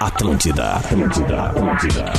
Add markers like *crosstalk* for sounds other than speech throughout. Atlântida, Atlântida, Atlântida.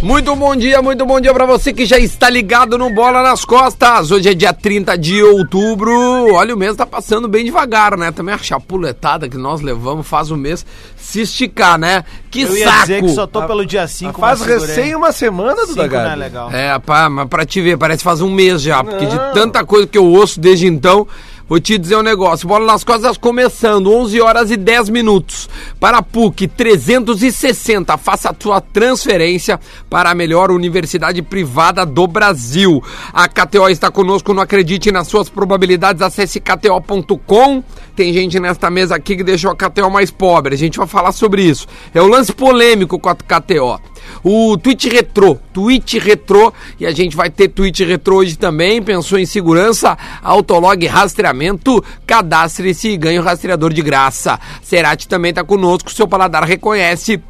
Muito bom dia, muito bom dia pra você que já está ligado no Bola nas Costas. Hoje é dia 30 de outubro. Olha, o mês tá passando bem devagar, né? Também a chapuletada que nós levamos faz o mês se esticar, né? Que Eu ia saco! dizer que só tô pelo dia 5. Faz recém uma semana, Duda Cinco não é Gabi. legal. É, pá, mas pra te ver, parece que faz um mês já, porque de tanta coisa que eu ouço desde então, vou te dizer um negócio. Bola nas costas começando, 11 horas e 10 minutos. Para a PUC 360, faça a sua transferência para a melhor universidade privada do Brasil. A KTO está conosco, não acredite nas suas probabilidades, acesse kto.com. Tem gente nesta mesa aqui que deixou a KTO mais pobre, a gente vai falar sobre isso. É o lance polêmico com a KTO. O tweet retrô, tweet retrô, e a gente vai ter tweet retrô hoje também. Pensou em segurança? Autolog rastreamento, cadastre-se e ganhe o rastreador de graça. Cerati também está conosco, seu paladar reconhece.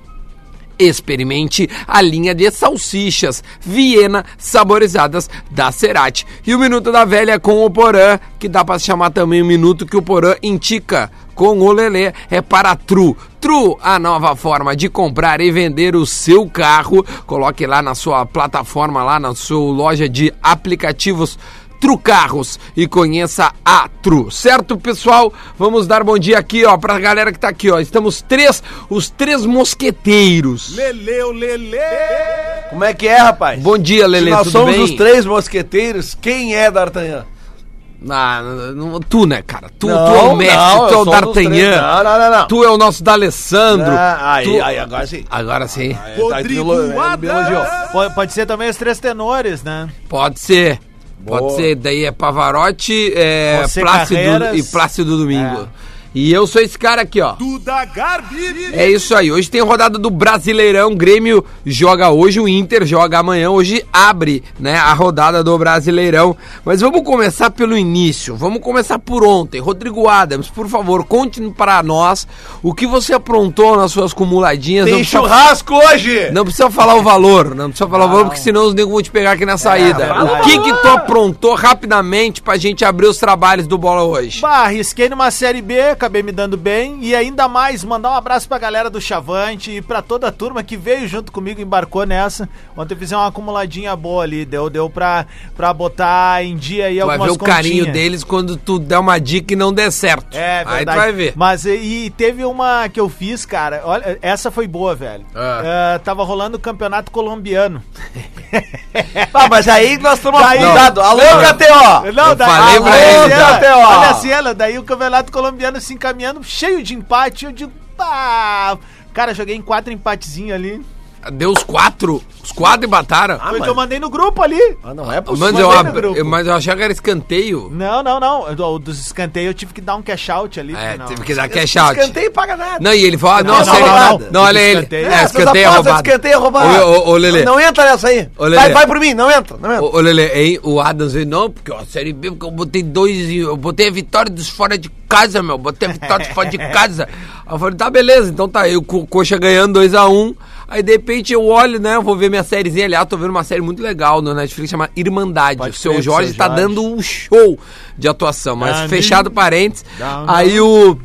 Experimente a linha de salsichas Viena saborizadas da Cerati. E o Minuto da Velha com o Porã, que dá para chamar também o Minuto que o Porã indica com o Lelê, é para a Tru. Tru, a nova forma de comprar e vender o seu carro. Coloque lá na sua plataforma, lá na sua loja de aplicativos Tru Carros e conheça a Tru, certo, pessoal? Vamos dar bom dia aqui, ó, pra galera que tá aqui, ó. Estamos três, os três mosqueteiros. Como é que é, rapaz? Bom dia, Se Lele, Nós tudo somos bem? os três mosqueteiros. Quem é D'Artagnan? Ah, não- tu, né, cara? Tu, tu é o mestre, não, tu é eu o sou um dos três. D'Artagnan, Não, não, não, não. tu é o nosso D'Alessandro. Ah, aí, tu- aí, agora sim. tá, Agora sim, Rodrigo Pode, pode ser também os três tenores, né? pode ser. Pode Boa. ser, daí é Pavarotti, é Você Plácido Carreiras. e Plácido Domingo. E eu sou esse cara aqui, ó. Duda Garbi. É isso aí. Hoje tem rodada do Brasileirão. O Grêmio joga hoje, o Inter joga amanhã. Hoje abre, né, a rodada do Brasileirão. Mas vamos começar pelo início. Vamos começar por ontem. Rodrigo Adams, por favor, conte para nós o que você aprontou nas suas acumuladinhas. Tem não, precisa, churrasco hoje! não precisa falar o valor, não precisa falar o valor, porque senão os negros vão te pegar aqui na saída. fala o que que tu aprontou rapidamente pra gente abrir os trabalhos do Bola hoje? Bah, risquei numa série B, acabei me dando bem. E ainda mais, mandar um abraço pra galera do Chavante e pra toda a turma que veio junto comigo, embarcou nessa. Ontem eu fiz uma acumuladinha boa ali, deu, deu pra, pra botar em dia aí Tu vai algumas ver o carinho continhas. deles quando tu der uma dica e não der certo. É, verdade. Aí tu vai ver. Mas e, e teve uma que eu fiz, cara. Olha, essa foi boa, velho. Ah. Ah, tava rolando o campeonato *laughs* colombiano. Ah, mas aí nós estamos Daí- afundados. Alô, KTO! Não, Eu falei pra olha ele, a cena, Teo. Olha a cena, daí o campeonato colombiano se encaminhando, cheio de empate. Eu digo, pá. Cara, joguei em quatro empatezinhos ali. Deu os quatro. Os quatro empataram. Ah, foi o mas- que eu mandei no grupo ali. Ah, não é mas, possível. eu, mandei ab- no grupo. eu- mas eu achava que era escanteio. Não, não, não. Eu- do- Dos escanteios eu tive que dar um cash out ali. É, não. é teve que dar cash out. Escanteio paga nada. Não, e ele falou, ah, Não, nossa, não, ele... não, não, não. olha ele. Escanteio. É, escanteio é roubado. Escanteio é roubado. Ô, ô, ô, Lelê. Não entra nessa aí. Ô, Lelê. vai, vai por mim, não entra. é? Não entra. Ô, ô, Lelê, hein? O Adams veio, não, porque ó, a Série B, porque eu botei dois, e- eu botei a vitória dos fora de casa, meu, botei a vitória dos fora de *laughs* casa. Aí eu falei, tá, beleza, então tá, eu com o Coxa ganhando 2x1, aí de repente eu olho, né, eu vou ver minha sériezinha, aliás, tô vendo uma série muito legal no Netflix, chama Irmandade, o Seu crer, Jorge Seu tá Jorge. né? dando um show de atuação, mas Dá-me. fechado parênteses, Dá-me. aí o...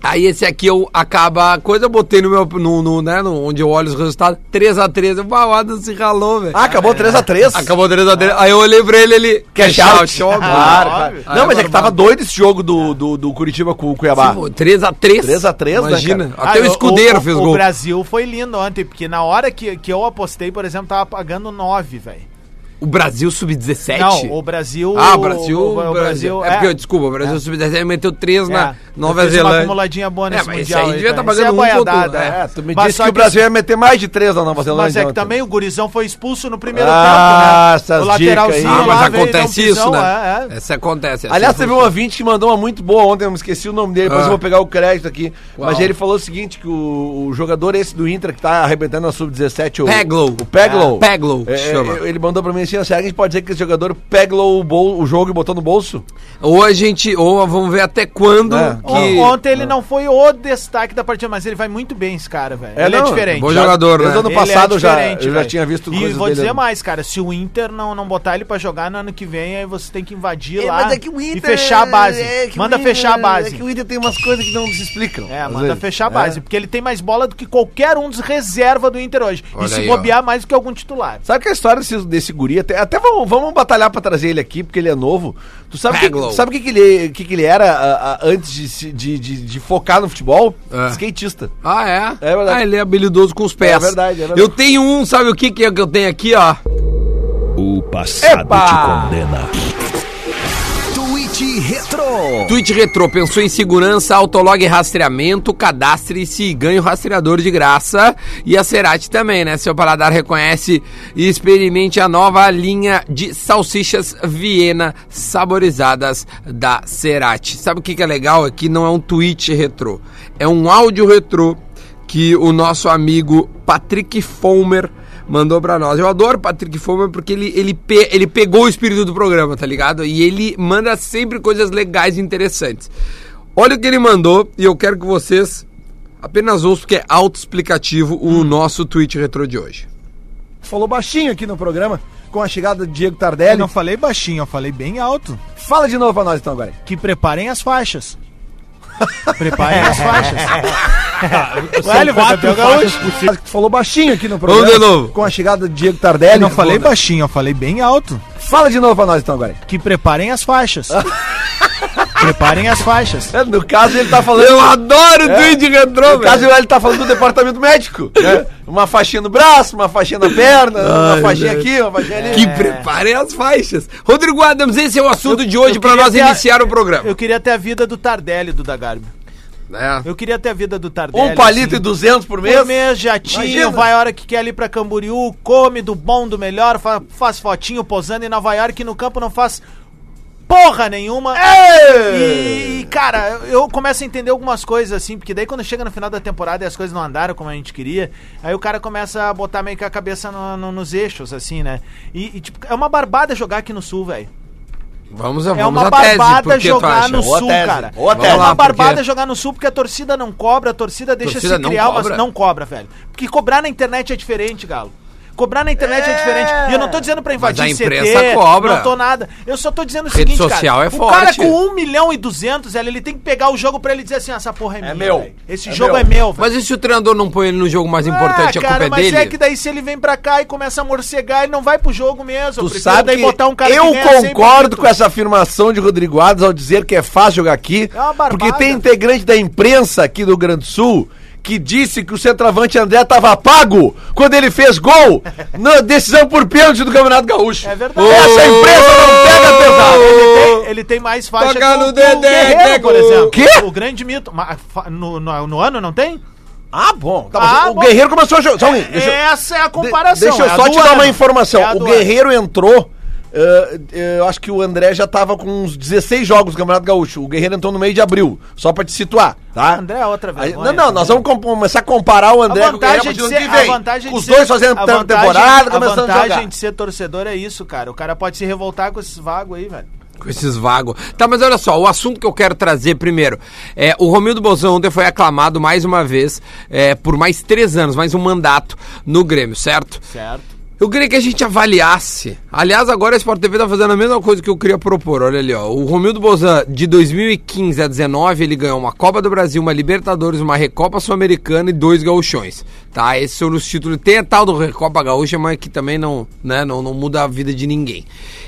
Aí esse aqui eu acaba a coisa, eu botei no meu, no, no, né, no- onde eu olho os resultados, 3x3, eu, "Bah, o Adams se ralou, velho. Ah, acabou 3x3. Acabou o treinador dele. Aí eu olhei pra ele ele. Ah, Cash out. óbvio. *laughs* Claro, óbvio. claro. Não, mas é que tava doido esse jogo do, do, do Curitiba com o ah, Cuiabá. 3x3. 3x3, né, Imagina. cara? Até Ah, o escudeiro o- fez o gol. Brasil foi lindo ontem, porque na hora que, que eu apostei, por exemplo, tava pagando 9, velho. O Brasil sub-17? Não, o Brasil. Ah, o Brasil. O, o Brasil. Brasil. é. É, porque, desculpa, o Brasil sub-17 meteu 3 na Nova Eu fiz Uma Zelândia. acumuladinha boa É, nesse mas esse mundial. aí devia tá cara. Isso pagando um é ponto- boiadada, é, é. tu me Mas disse só que o Brasil ia meter mais de 3 na Nova Zelândia. Mas é que ontem. também o gurizão foi expulso no primeiro Ah, tempo, né? essas O dicas lateralzinho aí. Ah, lá mas veio e deu um acontece isso, pisão, né? é, é. Isso acontece. assim Aliás, teve um tá funciona. ouvinte que mandou uma muito boa ontem, eu me esqueci o nome dele, depois Ah. eu vou pegar o crédito aqui. Qual? Mas ele falou o seguinte, que o, o jogador esse do Inter que tá arrebentando na Sub-17, o... Peglow. O Peglow. É, Peglow, que É, chama. é, ele mandou pra mim assim, ó, será que a gente pode dizer que esse jogador Peglow o, bol- o jogo e botou no bolso? Ou a gente. Ou vamos ver até quando É. On- Ontem ele não foi o destaque da partida, mas ele vai muito bem, esse cara, velho. É, ele não, é diferente. bom jogador, desde né? ano Ele é passado eu já, diferente, eu já velho. tinha visto E coisas vou dele. dizer mais, cara, se o Inter não, não botar ele pra jogar no ano que vem, aí você tem que invadir É, lá mas é que o Inter, e fechar a base. é que o manda Inter- fechar a É base. que o Inter tem umas coisas que não se explicam. É, Às manda vezes. fechar a base, porque ele tem mais bola do que qualquer um dos reserva do Inter hoje. Olha e se aí, bobear mais do que algum titular. Sabe que a história desse, desse guri, até, até vamos, vamos batalhar pra trazer ele aqui, porque ele é novo. Tu sabe o que, Baglow. tu sabe que, que, ele, que, que ele era a- a- antes de, se- de, de, de focar no futebol? É. Skatista. Ah, é? É verdade. Ah, ele é habilidoso com os pés. É verdade, é verdade. Eu tenho um, sabe o que que é que eu tenho aqui, ó? O passado Epa! te condena. Twitch Retro. Twitch Retro pensou em segurança, autolog e rastreamento, cadastre-se e ganhe o rastreador de graça. E a Cerati também, né? Seu paladar reconhece e experimente a nova linha de salsichas Viena saborizadas da Cerati. Sabe o que que é legal? É que não é um tweet retrô, é um áudio retrô que o nosso amigo Patrick Fomer mandou pra nós. Eu adoro Patrick Fomer porque ele, ele, pe- ele pegou o espírito do programa, tá ligado? E ele manda sempre coisas legais e interessantes. Olha o que ele mandou e eu quero que vocês apenas ouçam porque é autoexplicativo o nosso tweet retrô de hoje. Falou baixinho aqui no programa com a chegada do Diego Tardelli. falei baixinho, eu falei bem alto. Fala de novo pra nós então agora. Que preparem as faixas. *laughs* Preparem É. as faixas. é Ué, ele vai pegar hoje. Tu falou baixinho aqui no Vamos programa. de novo. Com a chegada do Diego Tardelli. Não falei baixinho, eu falei bem alto. Fala de novo pra nós então agora. Que preparem as *laughs* faixas. preparem as faixas. É, No caso, ele tá falando. Eu adoro É. o tweet retrô, No caso, ele tá falando do departamento médico. né? Uma faixinha no braço, uma faixinha na perna, Ai, uma faixinha velho. aqui, uma faixinha ali. É. Que preparem as faixas. Rodrigo Adams, esse é o assunto de hoje eu pra queria nós ter a- iniciar o programa. Eu queria ter a vida do Tardelli do Dagarbi. É. Eu queria ter a vida do Tardelli. Um palito e assim. 200 por mês. Por mês, jatinho, Imagina. vai a hora que quer ali pra Camboriú, come do bom, do melhor, fa- faz fotinho posando em Nova York e no campo não faz porra nenhuma. É! E, cara, eu começo a entender algumas coisas assim, porque daí quando chega no final da temporada e as coisas não andaram como a gente queria, aí o cara começa a botar meio que a cabeça no- no- nos eixos, assim, né? E, e, tipo, é uma barbada jogar aqui no Sul, velho. Vamos, a- É vamos uma à tese, barbada por que tu jogar acha? no Ou a sul, tese, cara. ou a É tese. uma Vamos lá, barbada porque- jogar no sul porque a torcida não cobra, a torcida deixa Torcida se não criar, cobra? mas não cobra, velho. Porque cobrar na internet é diferente, galo. Cobrar na internet é, diferente. E eu não tô dizendo pra invadir a imprensa cobra. não tô nada. Eu só tô dizendo o Rede seguinte, social cara. é o cara forte. com 1 milhão e 200, velho, ele tem que pegar o jogo pra ele dizer assim, "Ah, essa porra é, minha, meu. velho. Esse É jogo meu. é meu, velho. Mas e se o treinador não põe ele no jogo mais importante, Ah, a culpa é mas dele? é que daí se ele vem pra cá e começa a morcegar, ele não vai pro jogo mesmo. Tu Prefiro sabe daí que botar um cara que eu ganha sempre concordo muito. com essa afirmação de Rodrigo Adams ao dizer que é fácil jogar aqui, É uma barbada. porque tem integrante da imprensa aqui do Rio Grande do Sul que disse que o centroavante André estava pago quando ele fez gol na decisão por pênalti do Campeonato Gaúcho. É verdade. Essa imprensa não pega pesado. Ele tem, ele tem mais faixa Toca no o Dedé, Guerreiro, por Deco. exemplo. Quê? O grande mito. Mas fa- No, no- no ano não tem? Ah, bom. Tá, Ah, mas o bom. Guerreiro começou a jogar. Só um, deixa eu- Essa é a De- comparação. Deixa eu é a só do te dar ano. uma informação. É a o do Guerreiro entrou. eh, eh, eu acho que o André já tava com uns 16 jogos do Campeonato Gaúcho. O Guerreiro entrou no meio de abril, só pra te situar, tá? Ah, André é outra Aí- vergonha, não, não, nós vamos com- começar a comparar o ano. André a vantagem de com o ser, Guerreiro a a partir do ano que vantagem vem. de Os ser- dois fazendo a temporada, vantagem- temporada, A começando a jogar. vantagem de ser torcedor é isso, cara. O cara pode se revoltar com esses vagos aí, velho. Com esses vagos. Tá, mas olha só, o assunto que eu quero trazer primeiro. É, o Romildo Bolzão ontem foi aclamado mais uma vez é, por mais três anos, mais um mandato no Grêmio, certo? Certo. Eu queria que a gente avaliasse. Aliás, agora a Sport TV tá fazendo a mesma coisa que eu queria propor. Olha ali, ó. O Romildo Bozan, de 2015 a 19, ele ganhou uma Copa do Brasil, uma Libertadores, uma Recopa Sul-Americana e dois gauchões. Tá? Esses são os títulos. Tem a tal do Recopa Gaúcha, mas que também não, né, não, não muda a vida de ninguém.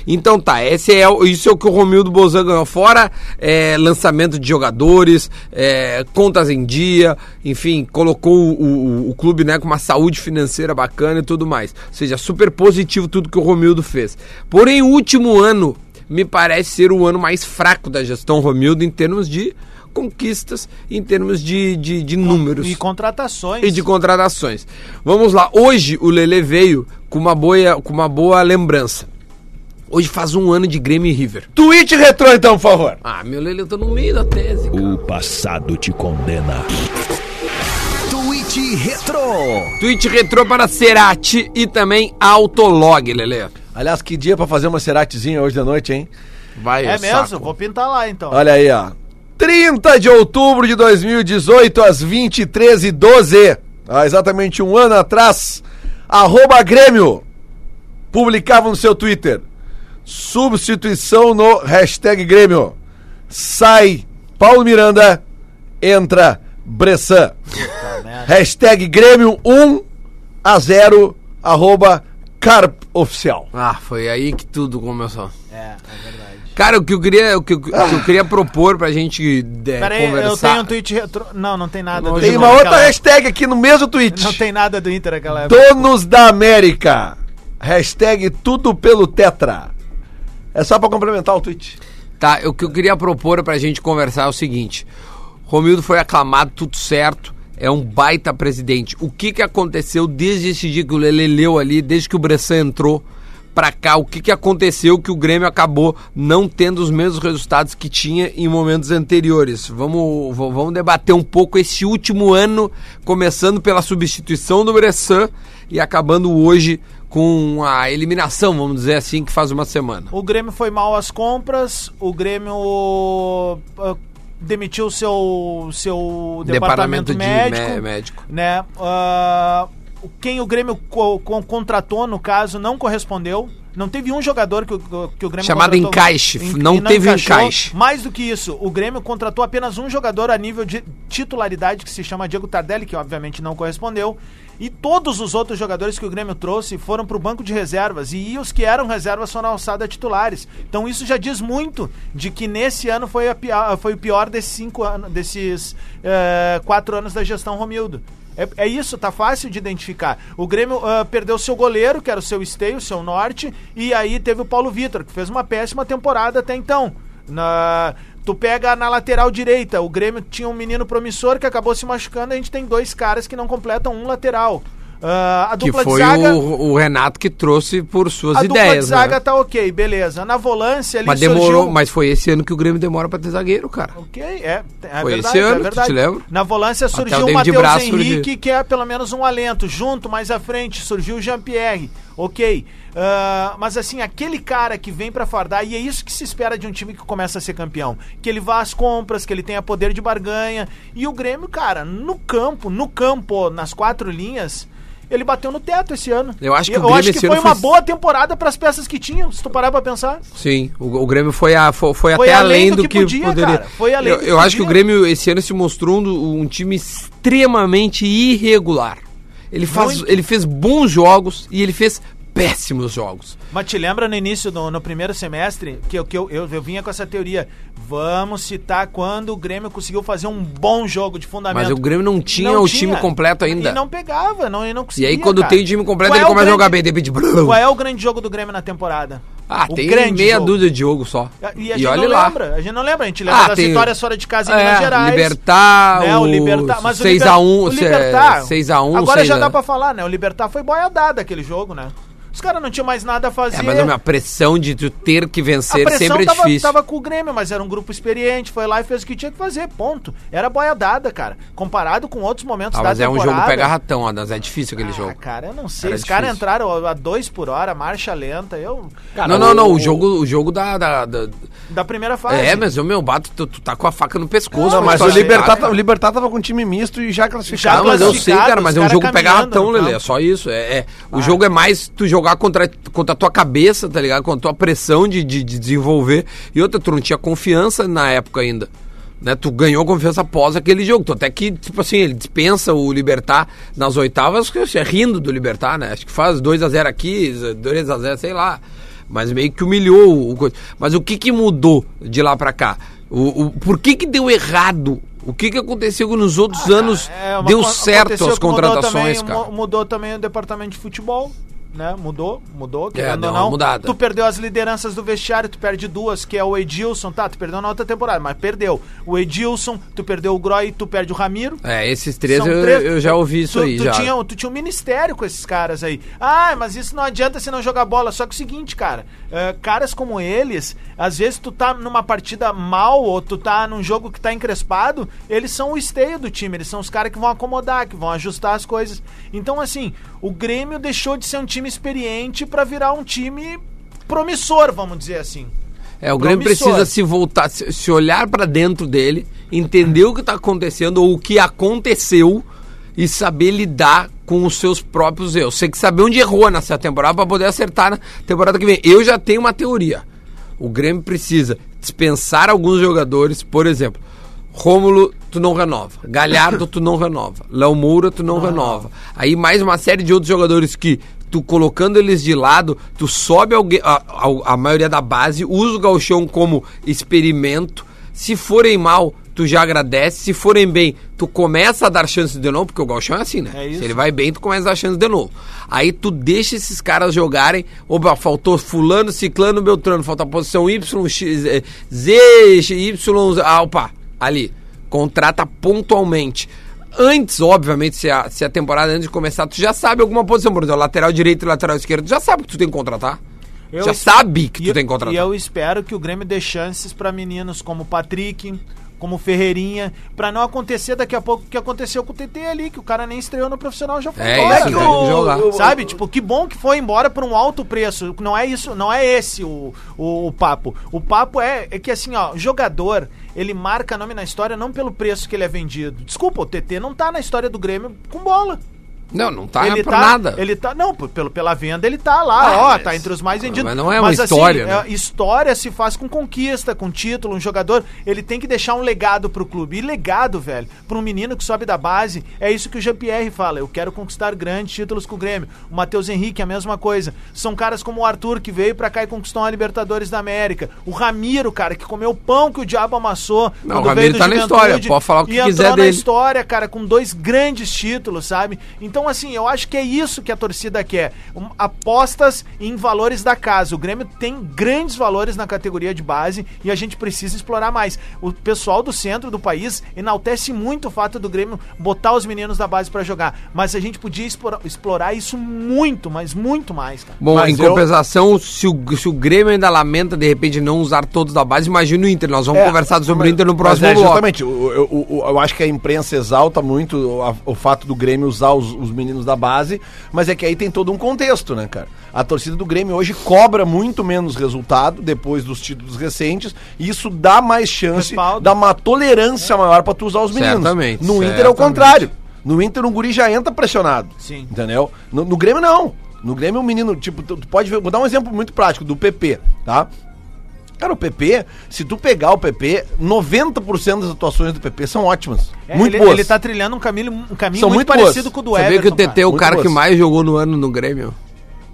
Então tá, esse é, o- isso é o que o Romildo Bozan ganhou. Fora é, lançamento de jogadores, é, contas em dia, enfim, colocou o, o- o clube né, com uma saúde financeira bacana e tudo mais. Ou seja, super positivo tudo que o Romildo fez. Porém, o último ano me parece ser o ano mais fraco da gestão Romildo em termos de conquistas, em termos de, de, de números E contratações. e de contratações. Vamos lá, hoje o Lele veio com uma boa, com uma boa lembrança. Hoje faz um ano de Grêmio e River. Tweet retrô, então, por favor. Ah, meu Lele, eu tô no meio da tese. cara. O passado te condena. Twitch Retro. Tweet retrô para Cerati e também Autolog, Lele. Aliás, que dia pra fazer uma ceratezinha hoje da noite, hein? Vai, É saco. Ah, mesmo? Vou pintar lá então. Olha aí, ó. 30 de outubro de 2018, às 23h12, há exatamente um ano atrás, arroba Grêmio publicava no seu Twitter substituição no hashtag Grêmio. Sai Paulo Miranda, entra Bressan. É, é. hashtag Grêmio 1 a 0, arroba Carp Oficial. Ah, foi aí que tudo começou. É, é verdade. Cara, o que eu queria, o que, o que eu queria propor pra gente é, Peraí, eu conversar. tenho um tweet retro. Não, não tem nada. do Tem Inter uma outra naquela- hashtag aqui no mesmo tweet. Não tem nada do Inter aquela época. Donos da América. Hashtag tudo pelo Tetra. É só pra complementar o tweet. Tá, o que eu queria propor pra gente conversar é o seguinte. Romildo foi aclamado, tudo certo. É um baita presidente. O que que aconteceu desde esse dia que o Lele leu ali, desde que o Bressan entrou pra cá? O que que aconteceu que o Grêmio acabou não tendo os mesmos resultados que tinha em momentos anteriores? Vamos, v- vamos debater um pouco esse último ano, começando pela substituição do Bressan e acabando hoje com a eliminação, vamos dizer assim, que faz uma semana. O Grêmio foi mal às compras, o Grêmio ah, demitiu seu seu Departamento departamento, de médico, mé- médico. né? Ah, quem o Grêmio co- co- contratou no caso não correspondeu. Não teve um jogador que, o- que o Grêmio Chamado contratou- encaixe, em- não que teve encaixou. encaixe. Mais do que isso, o Grêmio contratou apenas um jogador a nível de titularidade, que se chama Diego Tardelli, que obviamente não correspondeu. E todos os outros jogadores que o Grêmio trouxe foram para o banco de reservas. E os que eram reservas foram alçados a titulares. Então isso já diz muito de que nesse ano foi, a pi- a- foi o pior desses, cinco anos, desses eh, quatro anos da gestão Romildo. É, é isso, tá fácil de identificar. O Grêmio ah, perdeu seu goleiro, que era o seu esteio, o seu norte, e aí teve o Paulo Vitor, que fez uma péssima temporada até então. Na- tu pega na lateral direita, o Grêmio tinha um menino promissor que acabou se machucando, a gente tem dois caras que não completam um lateral. Ah, a Que dupla foi de zaga, o, o Renato que trouxe por suas a dupla de ideias, zaga né? tá ok, beleza. Na volância ali Mas demorou, mas foi esse ano que o Grêmio demora pra ter zagueiro, cara. Ok, é, é Foi verdade, esse ano, é tu verdade. te lembra? Na volância surgiu o o David Matheus Braz Henrique, surgiu. que é pelo menos um alento. Junto, mais à frente, surgiu o Jean-Pierre. Ok. Ah, mas assim, aquele cara que vem pra fardar, e é isso que se espera de um time que começa a ser campeão. Que ele vá às compras, que ele tenha poder de barganha. E o Grêmio, cara, no campo, no campo, nas quatro linhas... Ele bateu no teto esse ano. Eu acho que E o Grêmio acho que esse foi ano uma foi- boa temporada pras peças que tinham, se tu parar pra pensar. Sim, o, o Grêmio foi, a, foi, foi até além do, que, podia, poderia. cara, foi além eu do que eu acho que o podia. Grêmio esse ano se mostrou um, um time extremamente irregular. Ele, faz, Muito. ele fez bons jogos e ele fez péssimos jogos. Mas te lembra no início, do, no primeiro semestre, que, eu, que eu, eu, eu vinha com essa teoria. Vamos citar quando o Grêmio conseguiu fazer um bom jogo de fundamento. Mas o Grêmio não tinha Não o time completo ainda. E não pegava, não, e não E conseguia. aí, quando cara. tem o time completo, Qual ele é o começa a jogar bem. grande- De repente, Qual é o grande jogo do Grêmio na temporada? Ah, o tem meia jogo. dúzia de jogo só. E a gente não lembra, a gente não lembra, a gente lembra Ah, das tem- vitórias fora de casa em É, Minas Gerais. Libertar, né, o o Libertar, mas o 6 Liber- a 1, o se- Libertar. 6 é a 1, Agora 6 já a- dá pra falar, né? O Libertar foi boiadada aquele jogo, né? Os caras não tinham mais nada a fazer. É, mas a pressão de tu ter que A vencer pressão sempre é tava, difícil. tava com o Grêmio, mas era um grupo experiente, foi lá e fez o que tinha que fazer, ponto. Era boiadada, cara. Comparado com outros momentos Ah, da mas é um temporada. jogo pega ratão, Adas. É difícil aquele Ah, jogo. cara, eu não sei. Era Os caras difícil. entraram a dois por hora, marcha lenta. Eu. não, não, não. O jogo, o jogo da. da- da- Da primeira fase. É, mas o meu bato, tu, tu tá com a faca no pescoço. Não, pra mas o tu achar. Libertar, tá- o Libertar tava com um time misto e já classificado. Não, mas eu sei, classificado, cara, mas os é um cara jogo pega caminhando tá? Ah. ratão, no Lelê. campo. É só isso. É, é- o jogo é mais tu jogar contra, contra a tua cabeça, tá ligado? Contra a tua pressão de, de, de desenvolver. E outra, tu não tinha confiança na época ainda. Né, tu ganhou confiança após aquele jogo. Tu até que, tipo assim, ele dispensa o Libertar nas oitavas, que você é rindo do Libertar, né? Acho que faz 2x0 aqui, 2x0, sei lá. Mas meio que humilhou o coisa. Mas o que, que mudou de lá pra cá? O, o- por que, que deu errado? O que, que aconteceu que nos outros anos É, uma deu co- certo aconteceu as que mudou contratações, também- um, cara. mu- Mudou também o departamento de futebol, né? Mudou, mudou, É, deu querendo ou uma não. mudada. Tu perdeu as lideranças do vestiário, tu perde duas, que é o Edilson, tá? Tu perdeu na outra temporada, mas perdeu. O Edilson, tu perdeu o Groy, tu perde o Ramiro. É, esses três, São eu, três- eu já ouvi isso tu, aí. tu já. Tinha, tu tinha um ministério com esses caras aí. Ah, mas isso não adianta se não jogar bola. Só que é o seguinte, cara, eh, caras como eles, às vezes tu tá numa partida mal ou tu tá num jogo que tá encrespado, eles são o esteio do time, eles são os caras que vão acomodar, que vão ajustar as coisas. Então, assim, o Grêmio deixou de ser um time experiente pra virar um time promissor, vamos dizer assim. É, o Grêmio Promissor. precisa se voltar, se se olhar pra dentro dele, entender o que tá acontecendo ou o que aconteceu e saber lidar com os seus próprios erros. Você tem que saber onde errou nessa temporada pra poder acertar na temporada que vem. Eu já tenho uma teoria. O Grêmio precisa dispensar alguns jogadores, por exemplo, Rômulo, tu não renova. Galhardo, tu não renova. Léo Moura, tu não Ah. renova. Aí mais uma série de outros jogadores que tu colocando eles de lado, tu sobe alguém, a, a- a maioria da base, usa o galchão como experimento. Se forem mal, tu já agradece. Se forem bem, tu começa a dar chance de novo, porque o galchão é assim, né? É isso. Se ele vai bem, tu começa a dar chance de novo. Aí tu deixa esses caras jogarem. Opa, faltou fulano, ciclano, beltrano. Falta a posição Y, X, eh, Z, Y, Z. Ah, opa, ali. Contrata pontualmente. Antes, obviamente, se a, se a temporada antes de começar, tu já sabe alguma posição. Por exemplo, lateral direito e lateral esquerdo, tu já sabe que tu tem que contratar. Eu já es- sabe que E tu eu- tem que contratar. E eu espero que o Grêmio dê chances pra meninos como Patrick, como Ferreirinha, pra não acontecer daqui a pouco o que aconteceu com o TT ali, que o cara nem estreou no profissional já foi É embora. isso, Que tem o- que jogar. Sabe? Tipo, que bom que foi embora por um alto preço. Não é isso, não é esse o, o, o papo. O papo é, é que assim, ó, jogador, ele marca nome na história não pelo preço que ele é vendido. Desculpa, o TT não tá na história do Grêmio com bola. Não, não tá ele por tá, nada. Ele tá, não, p- pelo, pela venda ele tá lá, Ah, ó, mas- tá entre os mais vendidos. mas não é uma história, né? é- história se faz com conquista, com título, um jogador, ele tem que deixar um legado pro clube. E legado, velho, pra um menino que sobe da base, é isso que o Jean-Pierre fala, eu quero conquistar grandes títulos com o Grêmio. O Matheus Henrique, a mesma coisa. São caras como o Arthur, que veio pra cá e conquistou a Libertadores da América. O Ramiro, cara, que comeu o pão que o diabo amassou. Não, quando o Ramiro veio do tá na história, Juventude pode falar o que e entrou quiser na dele. his- história, cara, com dois grandes títulos, sabe? Então, assim, eu acho que é isso que a torcida quer. Um, apostas em valores da casa. O Grêmio tem grandes valores na categoria de base e a gente precisa explorar mais. O pessoal do centro do país enaltece muito o fato do Grêmio botar os meninos da base pra jogar. Mas a gente podia espor- explorar isso muito, mas muito mais, cara. Bom, Mas em eu- compensação, se, o, se o Grêmio ainda lamenta de repente não usar todos da base, imagina o Inter. Nós vamos É, conversar sobre mas- o Inter no mas próximo é, bloco. Justamente, eu, eu- eu- eu acho que a imprensa exalta muito a- o fato do Grêmio usar os, os meninos da base, mas é que aí tem todo um contexto, né, cara? A torcida do Grêmio hoje cobra muito menos resultado depois dos títulos recentes, e isso dá mais chance, Respaldo. É. dá uma tolerância maior pra tu usar os meninos. Certamente, No Inter é o certamente. contrário. No Inter um guri já entra pressionado. Sim. Entendeu? No, no Grêmio não. No Grêmio o menino, tipo, tu, tu pode ver, vou dar um exemplo muito prático do PP, tá? Cara, o PP, se tu pegar o PP, 90% das atuações do PP são ótimas. É, muito ele, boas. ele tá trilhando um caminho, um caminho São muito, muito boas. parecido com o do Sabia que o cara. TT é o Muito cara que gosto. mais jogou no ano no Grêmio?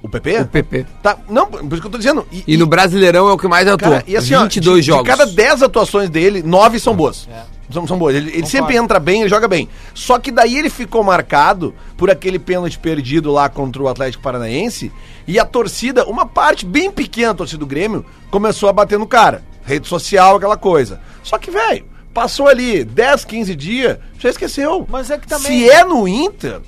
O PP? O PP. Tá, não, por isso que eu tô dizendo. E, E no Brasileirão é o que mais atuou. cara, e assim, ó, 22 de- de jogos. cada 10 atuações dele, 9 Ah, são boas. é. São, são boas. Ele, ele sempre entra bem, ele joga bem. Só que daí ele ficou marcado por aquele pênalti perdido lá contra o Atlético Paranaense. E a torcida, uma parte bem pequena da torcida do Grêmio, começou a bater no cara. Rede social, aquela coisa. Só que, velho, passou ali 10, 15 dias, já esqueceu. Mas é que também- Se é no Inter.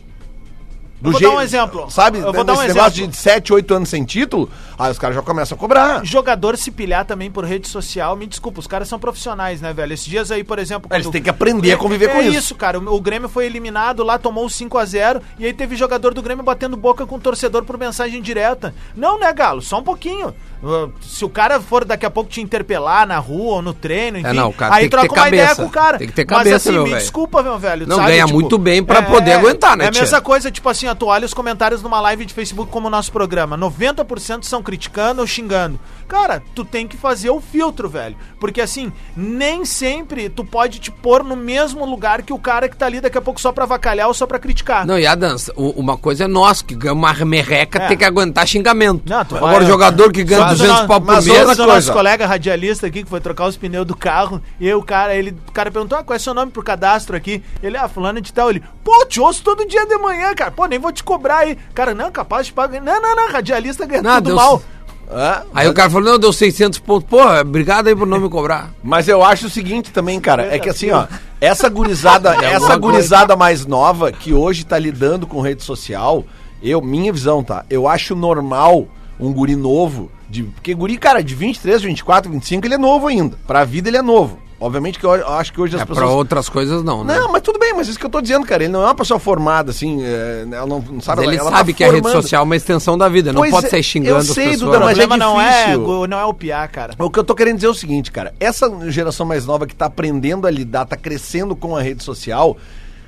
Do Eu vou jeito- dar um exemplo. Sabe? Eu vou dar nesse um negócio exemplo. de 7, 8 anos sem título, aí os caras já começam a cobrar. Jogador se pilhar também por rede social, me desculpa, os caras são profissionais, né, velho? Esses dias aí, por exemplo. Eles têm que aprender a conviver É com isso. isso, cara. O o Grêmio foi eliminado lá, tomou o 5x0, e aí teve jogador do Grêmio batendo boca com o torcedor por mensagem direta. Não, né, Galo? Só um pouquinho. Uh, Se o cara for daqui a pouco te interpelar na rua ou no treino, enfim, É, não, o cara aí tem que troca ter uma ideia cabeça. com o cara. assim, Tem que ter cabeça, meu me velho. desculpa, meu velho. Tipo, Não, ganha muito bem pra poder aguentar, né, É a tia? mesma coisa, tipo assim, ó, tu olha os comentários numa live de Facebook como o nosso programa. 90% são criticando ou xingando. Cara, tu tem que fazer o filtro, velho. Porque assim, nem sempre tu pode te pôr no mesmo lugar que o cara que tá ali daqui a pouco só pra avacalhar ou só pra criticar. Não, e a dança? o- uma coisa é nós, que ganha uma merreca, É. tem que aguentar xingamento. Não, tu Agora vai- é. o jogador que ganha Mas 200 o pau no- por mas mês... o nosso colega radialista aqui que foi trocar os pneus do carro, e aí o cara, ele, o cara perguntou: ah, qual é seu nome pro cadastro aqui? Ele, ah, fulano de tal. Ele, pô, te ouço todo dia de manhã, cara. Pô, nem vou te cobrar aí. Cara, não, capaz de pagar. Não, não, não, radialista ganha Não, tudo Deus- mal. Ah, Aí o cara falou, não, deu 600 pontos. Porra, obrigado aí por não me cobrar. Mas eu acho o seguinte também, cara, é que assim, ó, *laughs* essa É gurizada, essa gurizada mais nova que hoje tá lidando com rede social, eu, minha visão, tá? Eu acho normal um guri novo, de, porque guri, cara, de 23, 24, 25, ele é novo ainda. Pra vida ele é novo. Obviamente que eu acho que hoje as É, pra pessoas. outras coisas não, né? Não, mas tudo bem, mas isso que eu tô dizendo, cara. Ele não é uma pessoa formada, assim. é, ela não, não Mas sabe ele ela tá sabe que a rede formando. social é uma extensão da vida, não Pois pode é, sair xingando eu as sei, pessoas. Duda, o mas é problema não, é, difícil. go- não é o piá, cara. O que eu tô querendo dizer é o seguinte, cara. Essa geração mais nova que tá aprendendo a lidar, tá crescendo com a rede social.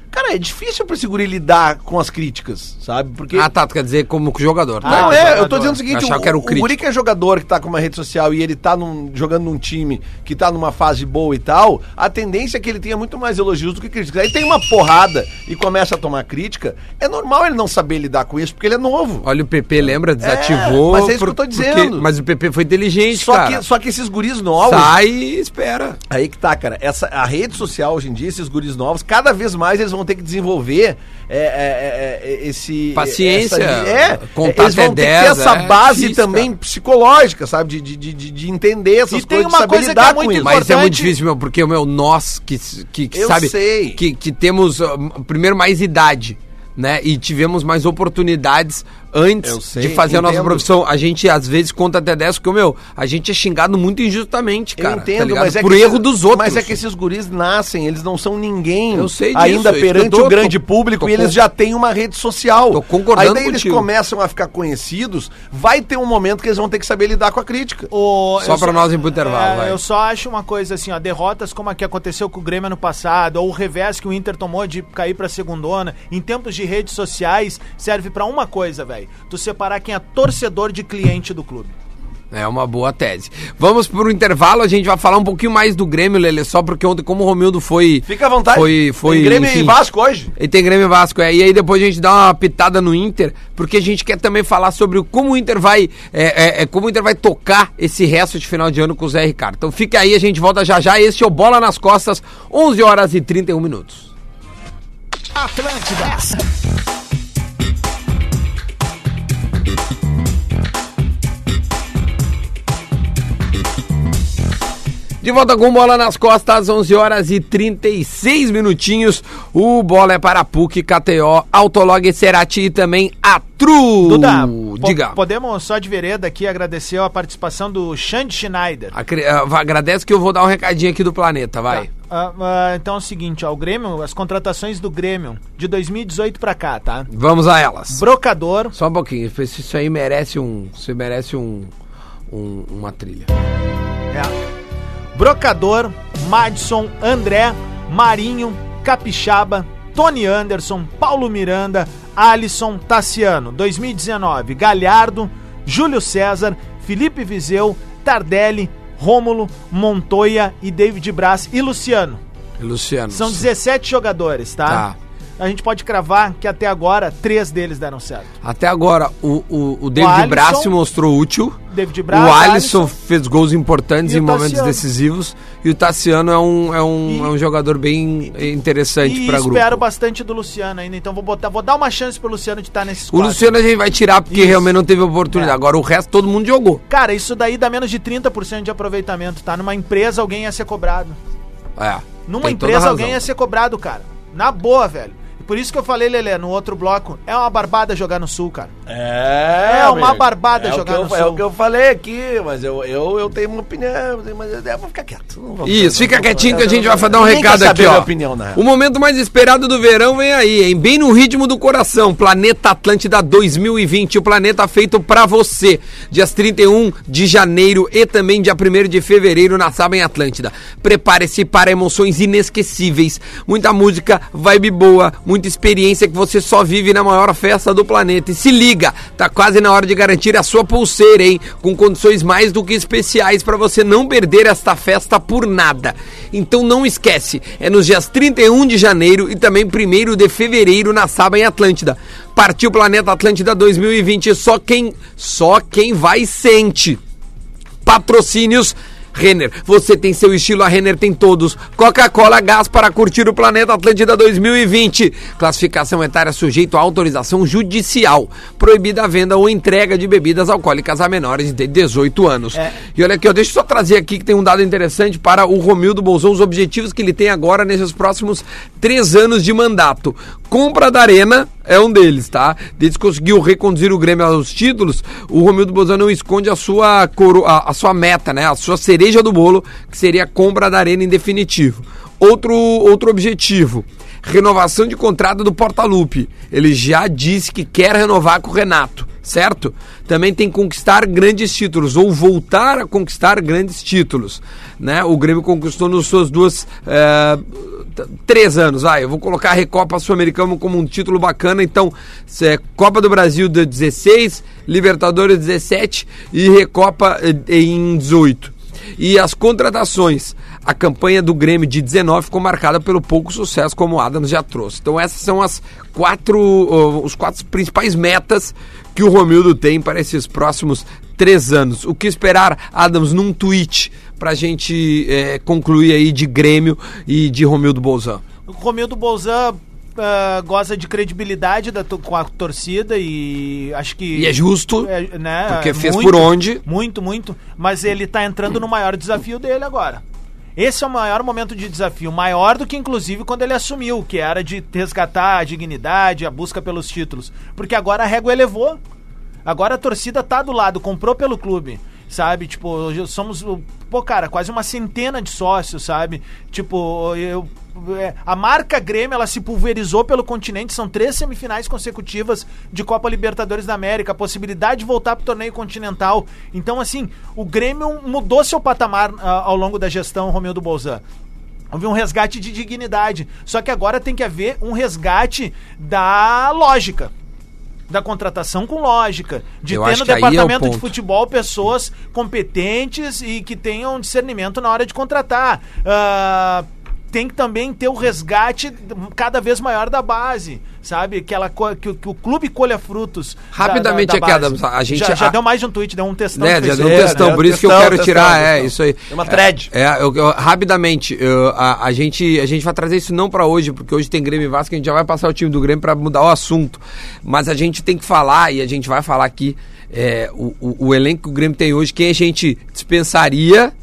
Cara, é difícil pra esse guri lidar com as críticas, sabe? Porque. Ah, tá, tu quer dizer como jogador. Ah, Não, tá. é é, jogador. eu tô dizendo o seguinte, Achava que era o o, o guri que é jogador que tá com uma rede social e ele tá num- jogando num time que tá numa fase boa e tal, a tendência é que ele tenha muito mais elogios do que críticas. Aí tem uma porrada e começa a tomar crítica, é normal ele não saber lidar com isso, porque ele é novo. Olha, o PP, lembra? Desativou. mas é isso que eu tô dizendo. mas o PP foi inteligente, Só cara. que, só que esses guris novos... Sai e espera. Aí que tá, cara. Essa, a rede social hoje em dia, esses guris novos, cada vez mais eles vão ter que desenvolver é, é, é, é, esse. Paciência, essa- é, contato eles vão é ter que ter 10, essa é base difícil, também psicológica, sabe? De, de, de- de, de entender essas E tem coisas, uma de saber coisa que é lidar com muito isso. Mas é muito importante- difícil, meu, porque o meu, nós que, s- que, que Eu sabe, sei. Que, que temos, ah, m- primeiro, mais idade, né? E tivemos mais oportunidades antes Eu sei, de fazer a nossa entendo. profissão. A gente, às vezes, conta até 10, porque, meu, a gente é xingado muito injustamente, cara. eu tá entendo, ligado? mas é Por que- erro dos outros. Mas é que esses guris nascem, eles não são ninguém Eu sei disso, ainda é isso que perante eu tô- o grande tô- público tô e eles con- já têm uma rede social. Tô concordando Aí daí eles contigo. começam a ficar conhecidos, vai ter um momento que eles vão ter que saber lidar com a crítica. O- Só eu pra nós ir pro intervalo, é, vai. Eu só acho uma coisa assim, ó, derrotas como a que aconteceu com o Grêmio ano passado, ou o revés que o Inter tomou de cair pra segundona, em tempos de redes sociais, serve pra uma coisa, velho. Tu separar quem é torcedor de cliente do clube. É uma boa tese. Vamos pro intervalo, a gente vai falar um pouquinho mais do Grêmio, Lele, só porque ontem, como o Romildo foi. Fica à vontade. Foi. foi Tem Grêmio e enfim, Vasco hoje. E tem Grêmio e Vasco, é. E aí depois a gente dá uma pitada no Inter, porque a gente quer também falar sobre o- como o Inter vai. É, é, é, como o Inter vai tocar esse resto de final de ano com o Zé Ricardo. Então fica aí, a gente volta já já. Este é o Bola nas Costas, 11 horas e 31 minutos. De volta com bola nas costas, 11 horas e 36 minutinhos. O bola é para PUC, KTO, Autolog, Cerati e também a Tru. Duda, po- Diga. podemos só de vereda aqui agradecer a participação do Xande Schneider. Acre- ah, va- Agradece que eu vou dar um recadinho aqui do planeta, vai. Ah, ah, então é o seguinte, ó, o Grêmio, as contratações do Grêmio de 2018 pra cá, tá? Vamos a elas. Brocador, Só um pouquinho, isso- isso aí merece um. Você merece um, um- uma trilha. É. Brocador, Madison, André, Marinho, Capixaba, Tony Anderson, Paulo Miranda, Alisson, Tassiano. 2019, Galhardo, Júlio César, Felipe Vizeu, Tardelli, Rômulo, Montoya e David Braz e Luciano. Luciano. São 17 jogadores, tá? Tá. A gente pode cravar que até agora, três deles deram certo. Até agora, o, o, o David Alisson- Braz se mostrou útil. David Braz, o Alisson, Alisson. fez gols importantes E em o momentos Tassiano. decisivos. E o Tassiano é um, é um, E- é um jogador bem interessante E para espero grupo. bastante do Luciano ainda, então vou botar, vou dar uma chance pro Luciano de tá estar nesses O quatro. Luciano a gente vai tirar porque Isso. realmente não teve oportunidade. É. Agora o resto todo mundo jogou. Cara, isso daí dá menos de 30% de aproveitamento, tá? Numa empresa alguém ia ser cobrado. É. Numa tem toda empresa razão. alguém é ia ser cobrado, cara. Na boa, velho. E Por isso que eu falei, Lelê, no outro bloco, é uma barbada jogar no sul, cara. É, É uma amigo. barbada é o jogar que eu, no sul. É o que eu falei aqui, mas eu, eu, eu tenho uma opinião, mas eu, eu vou ficar quieto. não vou- Isso, fica não vou- quietinho que a eu gente não- vai fa- dar um ninguém recado quer aqui, saber ó. Um- minha opinião, né? na O real. momento mais esperado do verão vem aí, hein? Bem no ritmo do coração. Planeta Atlântida 2020, o planeta feito pra você. Dias 31 de janeiro e também dia 1 de fevereiro na Saba em Atlântida. Prepare-se para emoções inesquecíveis. Muita música, vibe boa, muita experiência que você só vive na maior festa do planeta. E se liga, tá quase na hora de garantir a sua pulseira, hein? Com condições mais do que especiais pra você não perder esta festa por nada. Então não esquece, é nos dias 31 de janeiro e também 1 de fevereiro na Saba em Atlântida. Partiu Planeta Atlântida 2020, só quem, só quem vai sente patrocínios. Renner, você tem seu estilo, a Renner tem todos. Coca-Cola, gás para curtir o planeta Atlântida 2020. Classificação etária sujeito a autorização judicial. Proibida a venda ou entrega de bebidas alcoólicas a menores de 18 anos. E olha aqui, ó, deixa eu só trazer aqui que tem um dado interessante para o Romildo Bolzon, os objetivos que ele tem agora nesses próximos três anos de mandato. Compra da Arena, É um deles, tá? Desde que conseguiu reconduzir o Grêmio aos títulos, o Romildo Bozan não esconde a sua, coro... a, a sua meta, né? A sua cereja do bolo, que seria a compra da Arena em definitivo. Outro, outro objetivo, renovação de contrato do Portalupe. Ele já disse que quer renovar com o Renato, certo? Também tem conquistar grandes títulos, ou voltar a conquistar grandes títulos. Né? O Grêmio conquistou nos seus duas... eh, t- três anos, vai, eu vou colocar a Recopa Sul-Americana como um título bacana, então cê, é Copa do Brasil de 16, Libertadores 17 e Recopa eh, em 18. E as contratações, a campanha do Grêmio de 19 ficou marcada pelo pouco sucesso como o Adams já trouxe. Então essas são as quatro, oh, os quatro principais metas que o Romildo tem para esses próximos três anos. O que esperar, Adams, num tweet pra gente eh, concluir aí de Grêmio e de Romildo Bolzan? O Romildo Bolzan ah, goza de credibilidade da to- com a torcida e acho que. E é justo, é, né, porque fez por onde. Muito, muito. Mas ele tá entrando no maior desafio dele agora. Esse é o maior momento de desafio, maior do que inclusive quando ele assumiu, que era de resgatar a dignidade, a busca pelos títulos. Porque agora a régua elevou. Agora a torcida tá do lado, comprou pelo clube. Sabe, tipo, hoje somos, pô, cara, quase uma centena de sócios, sabe? Tipo, eu, é, a marca Grêmio, ela se pulverizou pelo continente, são três semifinais consecutivas de Copa Libertadores da América, a possibilidade de voltar pro torneio continental. Então, assim, o Grêmio mudou seu patamar ah, ao longo da gestão Romildo Bolzan. Houve um resgate de dignidade. Só que agora tem que haver um resgate da lógica. Da contratação com lógica. De Eu ter acho no que aí é o departamento de ponto. futebol pessoas competentes e que tenham discernimento na hora de contratar. Ah, tem que também ter o resgate cada vez maior da base, sabe? Que, ela, co- que, o- que o clube colha frutos. da- Rapidamente da- da aqui, base. Adams, a gente- Já, já a- deu mais de um tweet, deu um testão. Né, já que fez deu um hoje, textão, né? por isso que eu Textão, quero textão, tirar, é, textão. isso aí. É uma thread. É, eu- eu- rapidamente, eu- a, a gente, a gente vai trazer isso não pra hoje, porque hoje tem Grêmio e Vasco, a gente já vai passar o time do Grêmio pra mudar o assunto. Mas a gente tem que falar, e a gente vai falar aqui, é, o, o- o elenco que o Grêmio tem hoje, quem a gente dispensaria,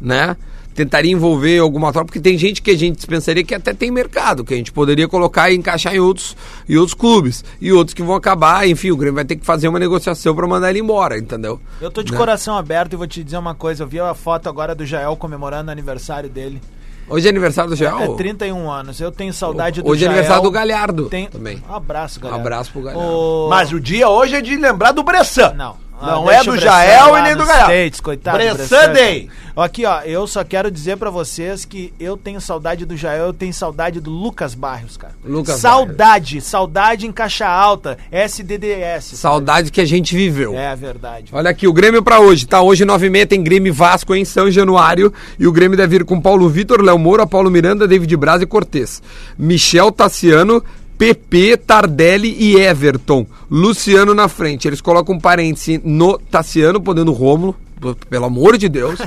né? Tentaria envolver alguma troca, porque tem gente que a gente dispensaria que até tem mercado, que a gente poderia colocar e encaixar em outros, em outros clubes. E outros que vão acabar, enfim, o Grêmio vai ter que fazer uma negociação pra mandar ele embora, entendeu? Eu tô de Né? coração aberto e vou te dizer uma coisa. Eu vi a foto agora do Jael comemorando o aniversário dele. Hoje é aniversário do Gel? É 31 anos. Eu tenho saudade do Hoje é Jael. aniversário do Galhardo Tem... também. Um abraço, galera. Abraço pro Galhardo. Mas o dia hoje é de lembrar do Bressan. Não. Ah, Não deixa é o do Bressan Jael lá e nem do nos Galhardo. States, coitado do Bressan Bressan. Day. Aqui, ó, eu só quero dizer pra vocês que eu tenho saudade do Jael, eu tenho saudade do Lucas Barrios, cara. Lucas saudade, saudade em caixa alta, SDDS. Saudade que a gente viveu. É verdade. Olha aqui, o Grêmio pra hoje, tá? Hoje, 9h30, tem Grêmio e Vasco em São Januário. E o Grêmio deve ir com Paulo Vitor, Léo Moura, Paulo Miranda, David Braz e Cortez. Michel Tassiano, PP, Tardelli e Everton. Luciano na frente. Eles colocam um parêntese no Tassiano, podendo o Rômulo, p- pelo amor de Deus.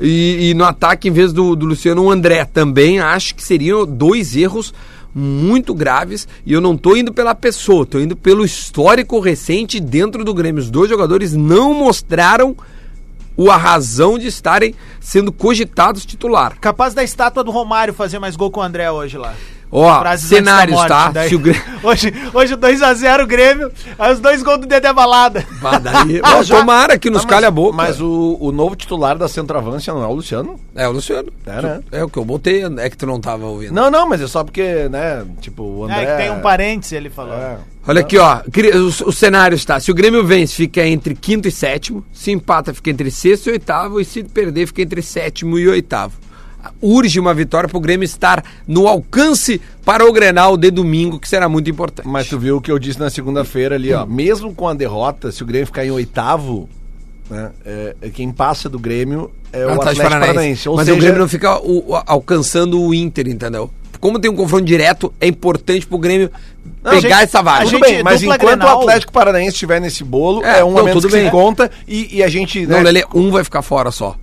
E, e no ataque, em vez do, do Luciano, o André também. Acho que seriam dois erros muito graves e eu não tô indo pela pessoa, tô indo pelo histórico recente dentro do Grêmio. Os dois jogadores não mostraram o- a razão de estarem sendo cogitados titular. Capaz da estátua do Romário fazer mais gol com o André hoje lá. Ó, Frases antes da cenários, morte, tá? daí. Se o Grêmio... *laughs* *laughs* Hoje, hoje 2x0 o Grêmio, aí os dois gols do Dedé Balada. Bah, daí... Não, Ó, já- Tomara que nos Tá, mas- calha a boca. Mas o, o novo titular da centroavância não é o Luciano? É, o Luciano. É, né? É o que eu botei, é que tu não tava ouvindo. Não, não, mas é só porque, né, tipo, o André... É, que tem um parêntese, ele falou. É. Olha aqui, ó. cri- Os, os cenários, tá? Se o Grêmio vence, fica entre quinto e sétimo. Se empata, fica entre sexto e oitavo. E se perder, fica entre sétimo e oitavo. Urge uma vitória pro Grêmio estar no alcance para o Grenal de domingo, que será muito importante. Mas tu viu o que eu disse na segunda-feira ali, ó. Mesmo com a derrota, se o Grêmio ficar em oitavo, né, é, é quem passa do Grêmio é Ah, o Atlético Paranaense. Ou tá, Mas seja, o Grêmio não fica o- o- alcançando o Inter, entendeu? Como tem um confronto direto, é importante pro Grêmio pegar gente, essa vaga. a Tudo gente- bem, mas dupla enquanto Grenal- o Atlético Paranaense estiver nesse bolo, É, é, um não, momento tudo que bem. se conta e, e a gente... Não, né, Lelê, um vai ficar fora só.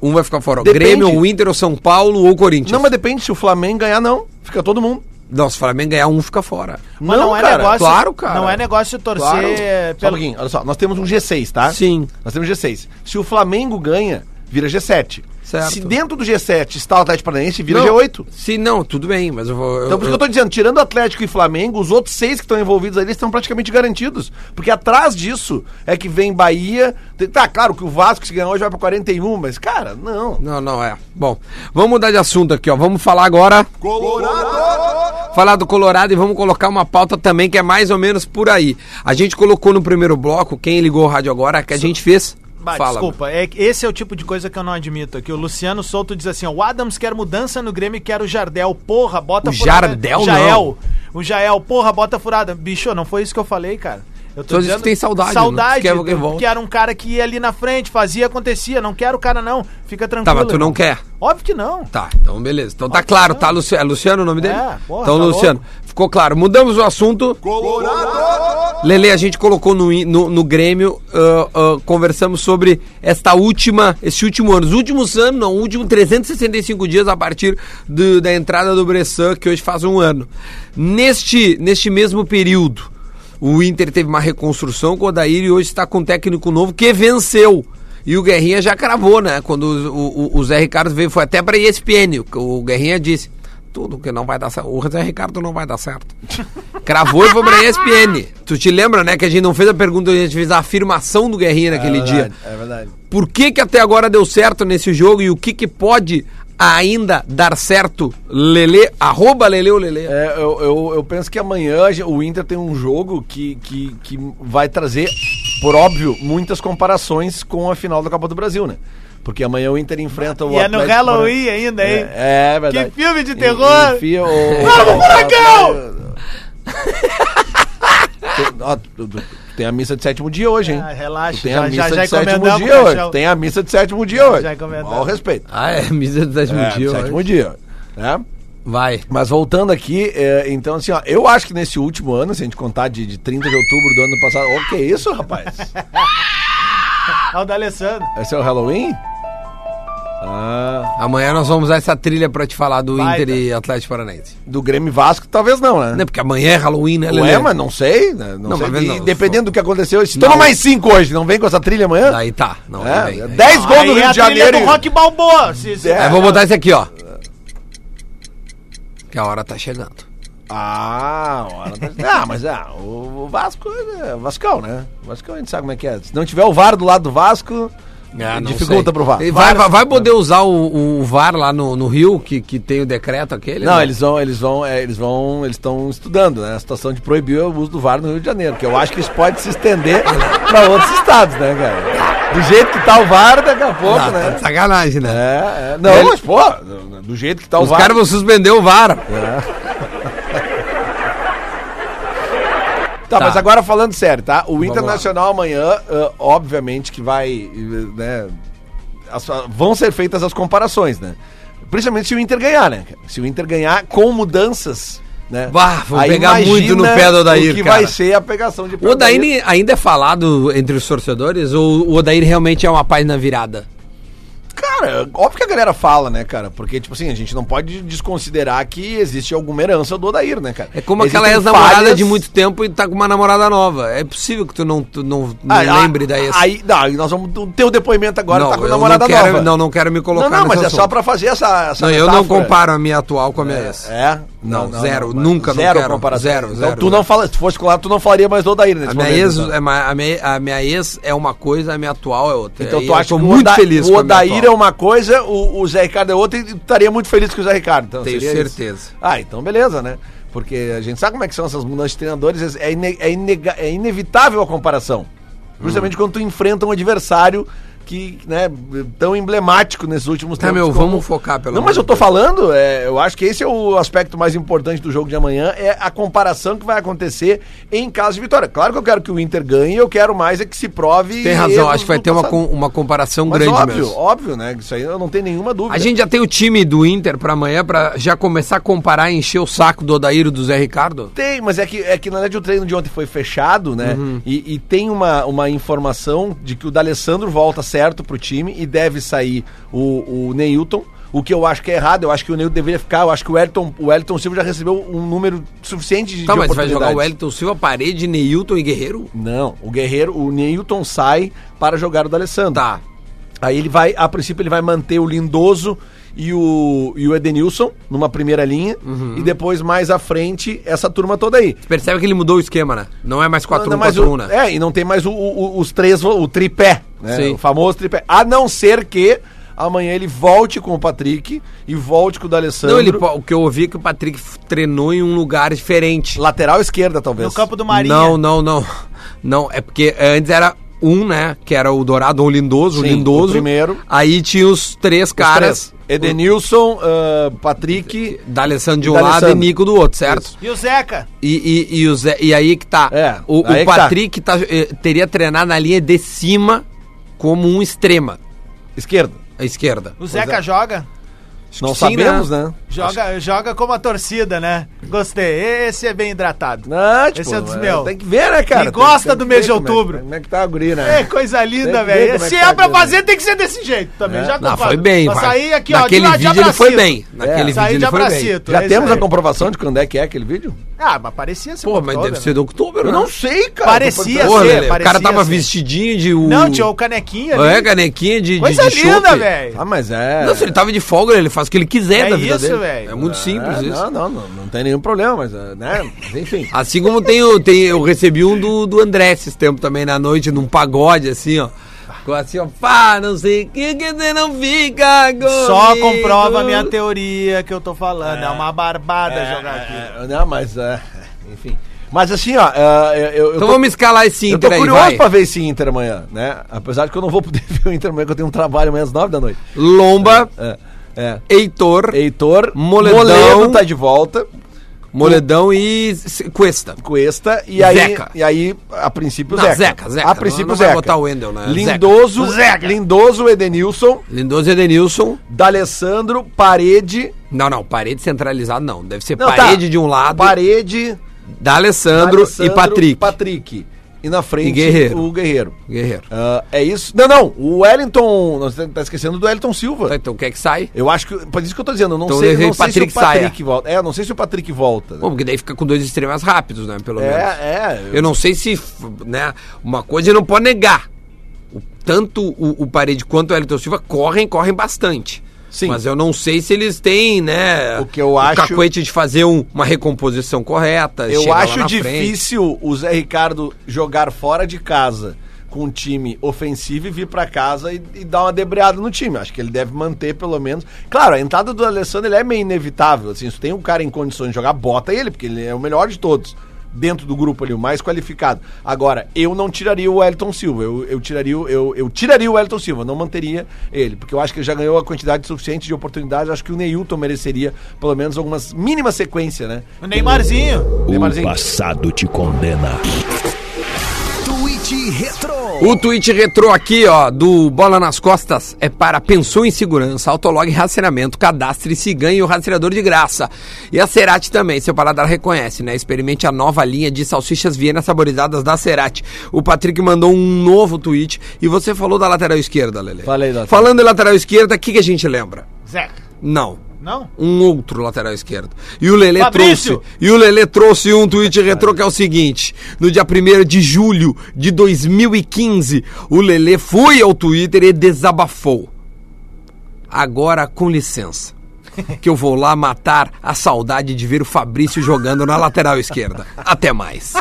Um vai ficar fora. Depende. Grêmio, ou Inter, ou São Paulo, ou Corinthians. não, mas depende se o Flamengo ganhar, não. Fica todo mundo. Não, se o Flamengo ganhar um, fica fora. Mas não, é cara, negócio. claro, cara. Não é negócio torcer Claro. Só um pelo. pouquinho, olha só. Nós temos um G6, tá? Sim. Nós temos G6. Se o Flamengo ganha, vira G7. Certo. Se dentro do G7 está o Atlético Paranaense, vira Não, G8. Sim, não, tudo bem, mas eu vou. Então, por isso que eu tô dizendo, tirando Atlético e Flamengo, os outros seis que estão envolvidos ali estão praticamente garantidos. Porque atrás disso é que vem Bahia. tem- Tá, claro que o Vasco, se ganhar hoje, vai pra 41, mas, cara, não. Não, não, é. Bom, vamos mudar de assunto aqui, ó. Vamos falar agora. Colorado! Falar do Colorado e vamos colocar uma pauta também que é mais ou menos por aí. A gente colocou no primeiro bloco, quem ligou o rádio agora, que a gente fez. Bah, desculpa, é, que esse é o tipo de coisa que eu não admito aqui. O Luciano Souto diz assim: ó, o Adams quer mudança no Grêmio e quer o Jardel. Porra, bota O Jardel, Jael. O Jael, porra, bota furada. Bicho, não foi isso que eu falei, cara. Eu Só diz que tem saudade, não Saudade, quer alguém volta. porque era um cara que ia ali na frente, fazia, acontecia. Não quero o cara, não. Fica tranquilo. Tá, mas tu irmão. não quer. Óbvio que não. Tá, então beleza. Então tá claro, tá, Luciano? É Luciano o nome dele? porra, então, tá Luciano, ficou claro. Mudamos o assunto. Colorado! Lele, a gente colocou no, i- no, no Grêmio, ah, ah, conversamos sobre esta última, esse último ano, os últimos anos, não, últimos 365 dias a partir do- da entrada do Bressan, que hoje faz um ano. Neste, neste mesmo período, o Inter teve uma reconstrução com o Odair e hoje está com um técnico novo que venceu. E o Guerrinha já cravou, né? Quando o, o- o Zé Ricardo veio, foi até pra ESPN. O, o Guerrinha disse: tudo que não vai dar certo. O Zé Ricardo não vai dar certo. Cravou e foi pra ESPN. Tu te lembra, né? Que a gente não fez a pergunta, a gente fez a afirmação do Guerrinha naquele dia. É verdade. Por que, que até agora deu certo nesse jogo e o que, que pode ainda dar certo? Lele, arroba Lele ou Lele. É, eu, eu, eu penso que amanhã a gen- o Inter tem um jogo que, que, que vai trazer, por óbvio, muitas comparações com a final da Copa do Brasil, né? Porque amanhã o Inter enfrenta o E é no Atlético Halloween Paranaense. ainda, hein? É, é verdade. Que filme de terror! Enfia o- Vamos, Furacão! Tem- ó, tu- tu- tu Tem a missa de sétimo dia hoje, hein? Ah, relaxa, Tu é. tem já- a já- missa já de sétimo encomendamos dia o hoje. caixão. Tu Tem a missa de sétimo dia hoje. encomendamos. Ao respeito. Ah, é, misa das É, é, sétimo dia. Né? Vai. Mas voltando aqui, é, então assim, ó, eu acho que nesse último ano, se a gente contar de, de 30 de outubro do ano passado. Ô, que isso, rapaz? É o da Alessandro. Esse é o Halloween? Ah, Amanhã nós vamos usar essa trilha pra te falar do Vai, Inter e Atlético Paranaense. do Grêmio e Vasco, talvez não, né? tá. Não, porque amanhã é Halloween, né, Não é, mas não sei. né? Não, Não, sei. mas E não, dependendo só- do que aconteceu, se Não. toma mais cinco hoje, não vem com essa trilha amanhã? Aí tá. Não, É, aí vem, aí. 10 gols Aí é no Rio a de trilha Janeiro. É, do Rock Balboa. Se, se- Aí vou botar esse aqui, ó. Que a hora tá chegando. Ah, hora da- ah, mas ah, o o Vasco é Vascão, né? O Vascão a gente sabe como é que é. Se não tiver o VAR do lado do Vasco, Ah, dificulta pro VAR. E Ah, Vai, vai, vai poder usar o, o VAR lá no, no Rio, que, que tem o decreto aquele? Não, né? eles vão, eles vão, é, eles vão, eles estão estudando, né? A situação de proibir o uso do VAR no Rio de Janeiro, que eu acho que isso pode se estender pra outros estados, né, cara? Do jeito que tá o VAR, daqui a pouco, Ah, tá né? de sacanagem, né? É, é. Não, Ele- mas pô, do- do jeito que tá o Os VAR. caras vão suspender o VAR. Tá, Tá. mas agora falando sério, tá? O Internacional Internacional amanhã, obviamente que vai, né? vão ser feitas as comparações, né? Principalmente se o Inter ganhar, né? Se o Inter ganhar com mudanças, né? Bah, vão pegar muito no pé do Odair, o que cara. vai ser a pegação de pé O Odair ni- ainda é falado entre os torcedores ou o Odair realmente é uma página virada? Cara, óbvio que a galera fala, né, cara? Porque, tipo assim, a gente não pode desconsiderar que existe alguma herança do Odair, né, cara? É como aquela Existem ex-namorada falhas- de muito tempo e tá com uma namorada nova. É possível que tu não, tu não, não Ah, ah, lembre da ex. Aí, não, aí nós vamos ter o depoimento agora, não, tá com a eu namorada não quero, nova. Não, não quero me colocar Não, não, mas nesse é só assunto. pra fazer essa. essa Não, eu não tá metáfora. comparo a minha atual com a minha ex. É? Não, zero, nunca, não zero quero. comparação. Zero, então, zero, tu zero. não fala, se tu fosse colar, tu não falaria mais do Odair nesse A minha, momento, ex, então. é ma- a, minha, a minha ex é uma coisa, a minha atual é outra. Então E tu eu acha tô que o, muito Oda, feliz o com a minha Odair é atual. uma coisa, o, o Zé Ricardo é outra, e tu estaria muito feliz com o Zé Ricardo. Então, Tenho seria isso. certeza. Ah, então beleza, né? Porque a gente sabe como é que são essas mudanças de treinadores, é, ine- é inega- é inevitável a comparação. Justamente Hum. quando tu enfrenta um adversário que, né, tão emblemático nesses últimos Tá, meu, vamos focar, pelo Não, amor mas eu de tô falando, é, eu acho que esse é o aspecto mais importante do jogo de amanhã, é a comparação que vai acontecer em caso de vitória. Claro que eu quero que o Inter ganhe, eu quero mais é que se prove... Tem razão, erros acho que vai do ter uma, passado. com- uma comparação Mas grande óbvio, mesmo. óbvio, né? Isso aí eu não tenho nenhuma dúvida. A gente já tem o time do Inter pra amanhã, pra já começar a comparar e encher o saco do Odair e do Zé Ricardo? Tem, mas é que, é que na verdade o treino de ontem foi fechado, né? Uhum. E, e tem uma, uma informação de que o D'Alessandro volta certo pro time e deve sair o, o Neilton. O que eu acho que é errado, eu acho que o Neilton deveria ficar, eu acho que o Elton, o Elton Silva já recebeu um número suficiente de, Tá, de mas vai jogar o oportunidades. Wellington Silva, Parede, Neilton e Guerreiro? Não, o Guerreiro, o Neilton sai para jogar o D'Alessandro. Tá. Aí ele vai, a princípio, ele vai manter o Lindoso e o, e o Edenilson numa primeira linha. Uhum. E depois, mais à frente, essa turma toda aí. Percebe que ele mudou o esquema, né? Não é mais 4 Não, 1 não, mas 4 o- um, né? É, e não tem mais o- o- os três, vo- o tripé, né? Sim. O famoso tripé. A não ser que amanhã ele volte com o Patrick e volte com o D'Alessandro. Não, ele, po- o que eu ouvi é que o Patrick f- treinou em um lugar diferente. Lateral esquerda, talvez. No campo do Marinha. Não, não, não. Não, é porque é, antes era um, né? Que era o Dourado ou o Lindoso, o Sim, Lindoso. o primeiro. Aí tinha os três Os caras. três. Edenilson, ah, Patrick. Da Alessandro de um D'Alessandro. lado e Nico do outro, certo? E o Zeca? E, e, e, o Zé- e aí que tá. É, o o aí que tá. Patrick tá, eh, teria treinado na linha de cima como um extrema, Esquerda. à esquerda. O Zeca joga? Não que sim, sabemos, né? Joga, joga como a torcida, né? Gostei. Esse é bem hidratado. Não, tipo, Esse é dos meus. Tem que ver, né, cara? Me Tem- gosta tem do que mês ver de como é- outubro. Como é que tá a guri, né? É, coisa linda, Tem que ver velho. como é Se que tá É. é pra aquilo, fazer, tem que ser desse jeito também. Já Não, concordo. foi bem, Mas vai. tá sair aqui, ó, Naquele de lá- de vídeo ele foi abracito. bem. Naquele Saí vídeo de ele foi bem. abracito, Já é isso temos aí. a comprovação de quando é que é aquele vídeo? Ah, mas parecia ser Pô, mas Bob deve Goldberg, ser né? de outubro, Eu não? não sei, cara. Parecia Tô perguntando. ser. Porra, Lele, o parecia cara tava ser. vestidinho de... Um... Não, tinha o canequinha ali. É, canequinha de, de, Coisa de linda, chope. velho. Ah, mas é. Não, se ele tava de folga, ele faz o que ele quiser É da vida isso, dele. velho. É muito simples É, isso. Não, não, não, não tem nenhum problema, mas, é, né? Mas, enfim. Assim como tem, o- tem, eu recebi um do, do André esses tempos também na noite, num pagode, assim, ó. Ficou assim, ó, pá, não sei o que que você não fica comigo. Só comprova a minha teoria que eu tô falando. É, uma barbada jogar aqui. É, não, mas, é, enfim. Mas assim, ó, é, eu, eu, eu Então tô, vamos escalar esse eu tô Inter aí, curioso vai. pra ver esse Inter amanhã, né? Apesar de que eu não vou poder *laughs* ver o Inter amanhã, que eu tenho um trabalho amanhã às nove da noite. Lomba, É, é. Heitor, Heitor, Moledão. Moledo tá de volta, Moledão e S- Cuesta. Cuesta, e aí, Zeca. e aí a princípio, Não, Zeca. Zeca, Zeca. A Não- princípio, não vai Zeca. botar o Wendel, né? Lindoso, Zeca. Lindoso, Edenilson, Lindoso e Edenilson. D'Alessandro, Parede... Não, não, parede centralizada não. Deve ser Não, tá. parede de um lado, Parede... da Alessandro e Patrick. Patrick. E na frente E Guerreiro. o Guerreiro. Guerreiro. Ah, é isso? Não, não. O Wellington. Nós tá esquecendo do Wellington Silva. Tá, Então quer que sai? Eu acho que. Por isso que eu tô dizendo, eu não Então, sei, de não repente, sei se o Patrick saia. Patrick volta. É, eu não sei se o Patrick volta. né? Bom, porque daí fica com dois extremas rápidos, né, pelo é, menos. é. Eu não sei se, f- né, uma coisa ele não pode negar. O- tanto o, o Parede quanto o Elton Silva correm, correm bastante. Sim. Mas eu não sei se eles têm, né, O que eu acho- cacuete de fazer um- uma recomposição correta, Eu chegar lá acho na frente. difícil o Zé Ricardo jogar fora de casa com um time ofensivo e vir pra casa e, e dar uma debreada no time. Acho que ele deve manter pelo menos. Claro, a entrada do Alessandro ele é meio inevitável. Assim, se tem um cara em condições de jogar, bota ele, porque ele é o melhor de todos. Dentro do grupo ali, o mais qualificado. Agora, eu não tiraria o Elton Silva. Eu, eu tiraria, o- eu, eu tiraria o Elton Silva, não manteria ele, porque eu acho que ele já ganhou a quantidade suficiente de oportunidades. Acho que o Neilton mereceria pelo menos algumas mínima sequência, né? O Neymarzinho. O Neymarzinho. passado te condena. Tweet Retro. O tweet retrô aqui, ó, do Bola nas Costas é para Pensou em Segurança, Autolog e Rastreamento, cadastre-se e ganhe o rastreador de graça. E a Cerati também, seu paladar reconhece, né? Experimente a nova linha de salsichas Viena saborizadas da Cerati. O Patrick mandou um novo tweet e você falou da lateral esquerda, Lele. Falei da- Falando da lateral esquerda, o que, que a gente lembra? Zeca. Não. Não? Um outro lateral esquerdo. E o Lelê Fabrício! trouxe. E o Lelê trouxe um tweet retrô que é o seguinte: no dia 1 de julho de 2015, o Lelê foi ao Twitter e desabafou. Agora, com licença, que eu vou lá matar a saudade de ver o Fabrício jogando na lateral esquerda. Até mais.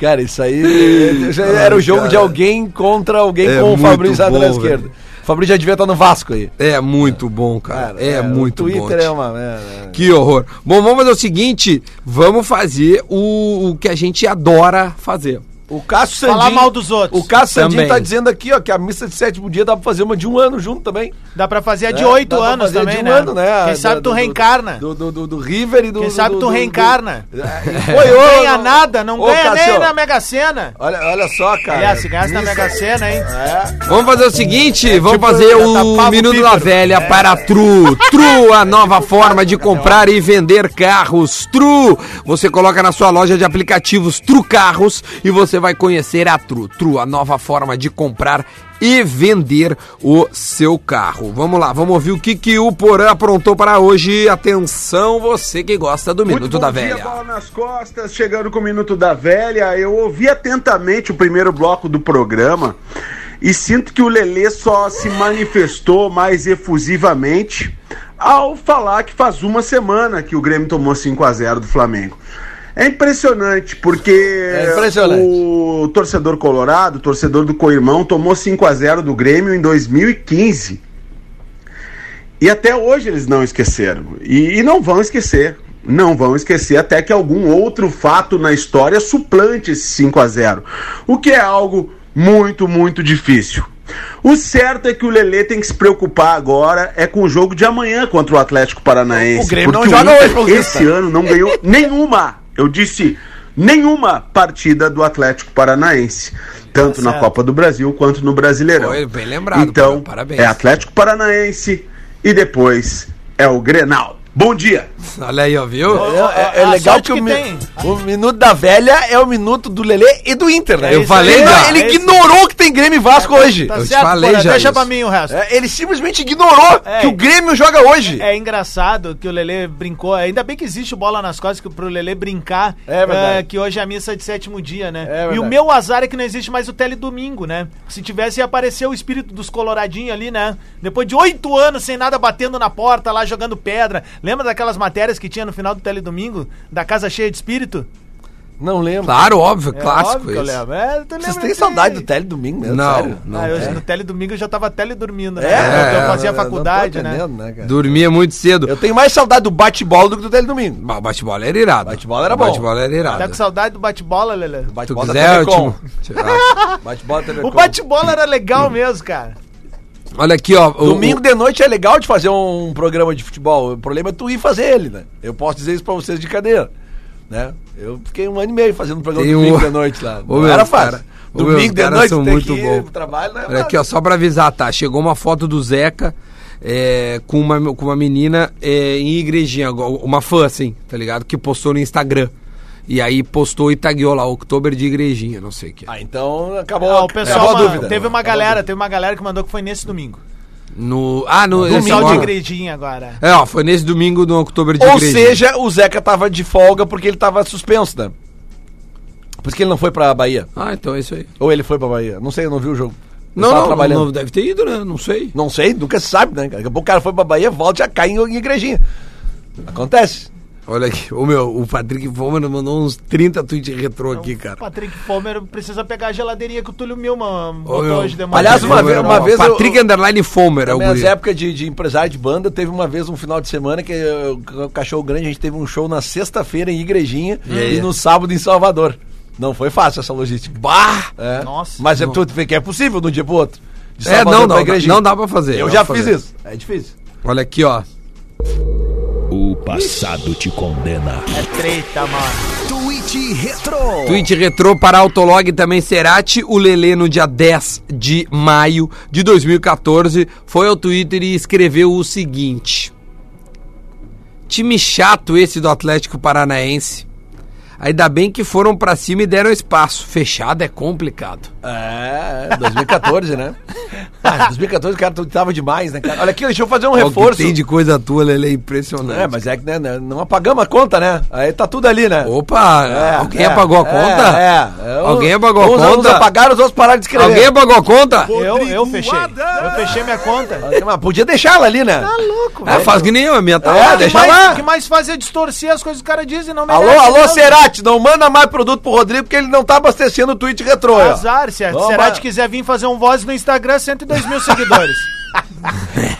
Cara, isso aí já era o jogo de alguém contra alguém É com o muito Fabrício bom, atrás velho. esquerda. O Fabrício já devia estar no Vasco aí. É muito bom, cara. é, o muito bom. Twitter é uma. é, é. Que horror. Bom, vamos fazer o seguinte: vamos fazer o, o que a gente adora fazer. O Cássio Sandin. Falar mal dos outros. O Cássio Sandin Também. tá dizendo aqui, ó, que a missa de sétimo dia dá pra fazer uma de um ano junto também. Dá pra fazer a de É, dá oito pra anos fazer também, de um né? ano, né? Quem Da- sabe tu do- do- reencarna. Do, do, do, do River e do. Quem do- sabe do- tu do- *laughs* reencarna. do- É, Foi Não ô, ganha ô, nada, não ô, ganha nem Cássio, na Mega Sena. Olha, olha só, cara. Aliás, se gasta na Mega Sena, hein? É. Vamos fazer o seguinte: vamos tipo, fazer já tá o pago Minuto o da pífaro. Velha É. para a *laughs* Tru. Tru, a nova forma de comprar e vender carros. Tru, você coloca na sua loja de aplicativos Tru Carros e você você vai conhecer a Tru. Tru, a nova forma de comprar e vender o seu carro. Vamos lá, vamos ouvir o que, que o Porã aprontou para hoje. Atenção, você que gosta do Minuto Muito da bom dia, Velha. bola nas costas, chegando com o Minuto da Velha. Eu ouvi atentamente o primeiro bloco do programa e sinto que o Lelê só se manifestou mais efusivamente ao falar que faz uma semana que o Grêmio tomou 5 a 0 do Flamengo. É impressionante, porque É impressionante. o torcedor colorado, o torcedor do Coirmão, tomou 5 a 0 do Grêmio em 2015. E até hoje eles não esqueceram. E, e não vão esquecer. Não vão esquecer até que algum outro fato na história suplante esse 5 a 0 O que é algo muito, muito difícil. O certo é que o Lelê tem que se preocupar agora é com o jogo de amanhã contra o Atlético Paranaense. O Grêmio não porque joga Inter hoje, Paulista. Esse ano não ganhou *laughs* nenhuma, eu disse, nenhuma partida do Atlético Paranaense. Tá Tanto na Copa do Brasil quanto no Brasileirão. Foi bem lembrado, Então, parabéns. é Atlético Paranaense e depois é o Grenal. Bom dia! Olha aí, ó, viu? É, é A legal sorte que, o, que mi- tem. o minuto da velha é o minuto do Lelê e do Inter, né? Eu falei ele, já. ele É isso. ignorou que tem Grêmio e Vasco hoje. Tá Eu te certo, falei Porã, já Deixa isso. pra mim o resto. É, ele simplesmente ignorou É. que o Grêmio joga hoje. É engraçado que o Lelê brincou. Ainda bem que existe o bola nas costas que- pro Lelê brincar. É verdade. eh, que hoje é a missa de sétimo dia, né? verdade. e o meu azar é que não existe mais o teledomingo, né? Se tivesse, ia aparecer o espírito dos coloradinhos ali, né? Depois de oito anos sem nada batendo na porta, lá jogando pedra. Lembra daquelas matérias que tinha no final do teledomingo? Da casa cheia de espírito? Não lembro. Claro, óbvio, É clássico óbvio que eu isso. lembro. É, tu Vocês lembra têm que- saudade do Tele Domingo, né? Não, Sério? não. Ah, eu, é. No teledomingo eu já tava teledormindo, né? É, eu, é, fazia faculdade, eu não tô né? entendendo, cara? Dormia muito cedo. Eu tenho mais saudade do bate-bola do que do Tele Domingo. Ba- Bate-bola era irado. Bate-bola era bom. Bate-bola era irado. Tá com saudade do bate-bola, Lelê? Tu Bate-bola da quiser, eu Telecom. te... Ah, Bate-bola da Telecom. O bate-bola era legal mesmo, cara. Olha aqui, ó. o- Domingo de noite é legal de fazer um programa de futebol. O problema é tu ir fazer ele, né? Eu posso dizer isso pra vocês de cadeira. Né? Eu fiquei um ano e meio fazendo um programa Tem domingo um- de noite lá. *laughs* Ô, Não meu, era fácil. cara- ô, domingo meu, de caras noite são tem muito que ir bom. pro trabalho, né? Olha aqui, ó, só pra avisar, tá? Chegou uma foto do Zeca é, com, uma, com uma menina é, em igrejinha, uma fã, assim, tá ligado? Que postou no Instagram. E aí postou e tagueou lá, October de igrejinha, não sei o que. Ah, então acabou, Ah, o acabou pessoal a ma- dúvida. teve uma Acabou a galera, dúvida. teve uma galera que mandou que foi nesse domingo. No, ah, no... O esse pessoal de agora. igrejinha agora. É, ó, foi nesse domingo no October de Ou igrejinha. seja, o Zeca tava de folga porque ele tava suspenso, né? Por isso que ele não foi pra Bahia. Ah, então é isso aí. Ou ele foi pra Bahia. Não sei, eu não vi o jogo. Eu Não, tava não, trabalhando. não, deve ter ido, né? Não sei. Não sei, nunca se sabe, né? Daqui a pouco o cara foi pra Bahia, volta e já cai em em igrejinha. Acontece. Olha aqui, o meu, o Patrick Fomer mandou uns 30 tweets retrô aqui, cara. Patrick Fomer precisa pegar a geladeirinha que o Túlio Milman Ô, botou meu, hoje de manhã. Aliás, uma Fomer, vez- ó, uma vez eu- Patrick Underline Fomer é o Na minha guri. época de, de empresário de banda, teve uma vez um final de semana que eh, o Cachorro Grande, a gente teve um show na sexta-feira em Igrejinha E aí? e no sábado em Salvador. Não foi fácil essa logística. Bah! É. Nossa. Mas é tudo que é possível de um dia pro outro. De É, Salvador não, pra não, Igrejinha. não dá pra fazer. Eu dá já pra fiz fazer. isso. É difícil. Olha aqui, ó. O passado te condena. É treta, mano. Tweet Retro. Tweet retrô para Autolog e também Serati. O Lelê, no dia 10 de maio de 2014, foi ao Twitter e escreveu o seguinte: Time chato esse do Atlético Paranaense. Ainda bem que foram pra cima e deram espaço. Fechado é complicado. É, 2014, né? Ah, 2014 o cara tava demais, né, cara? Olha aqui, deixa eu fazer um Olha o que reforço. Tem de coisa tua, Lelê, impressionante. É, mas é que né, né, não apagamos a conta, né? Aí tá tudo ali, né? Opa, É, alguém é, apagou a é, conta? É, é, Alguém uns- apagou a uns- conta? Uns apagaram, os outros pararam de escrever. Alguém apagou a conta? Eu, eu fechei. Eu fechei minha conta. Mas podia deixar ela ali, né? Tá louco, É, faz que nem eu, a minha tá É, lá. deixa o que mais, lá. o que mais faz é distorcer as coisas que o cara diz e não merece. Alô, alô, não. Cerati, não manda mais produto pro Rodrigo porque ele não tá abastecendo o tweet retrô. ó. Azar, se a Vamos, Cerati vai. quiser vir fazer um voz no Instagram, 102 mil *laughs* seguidores.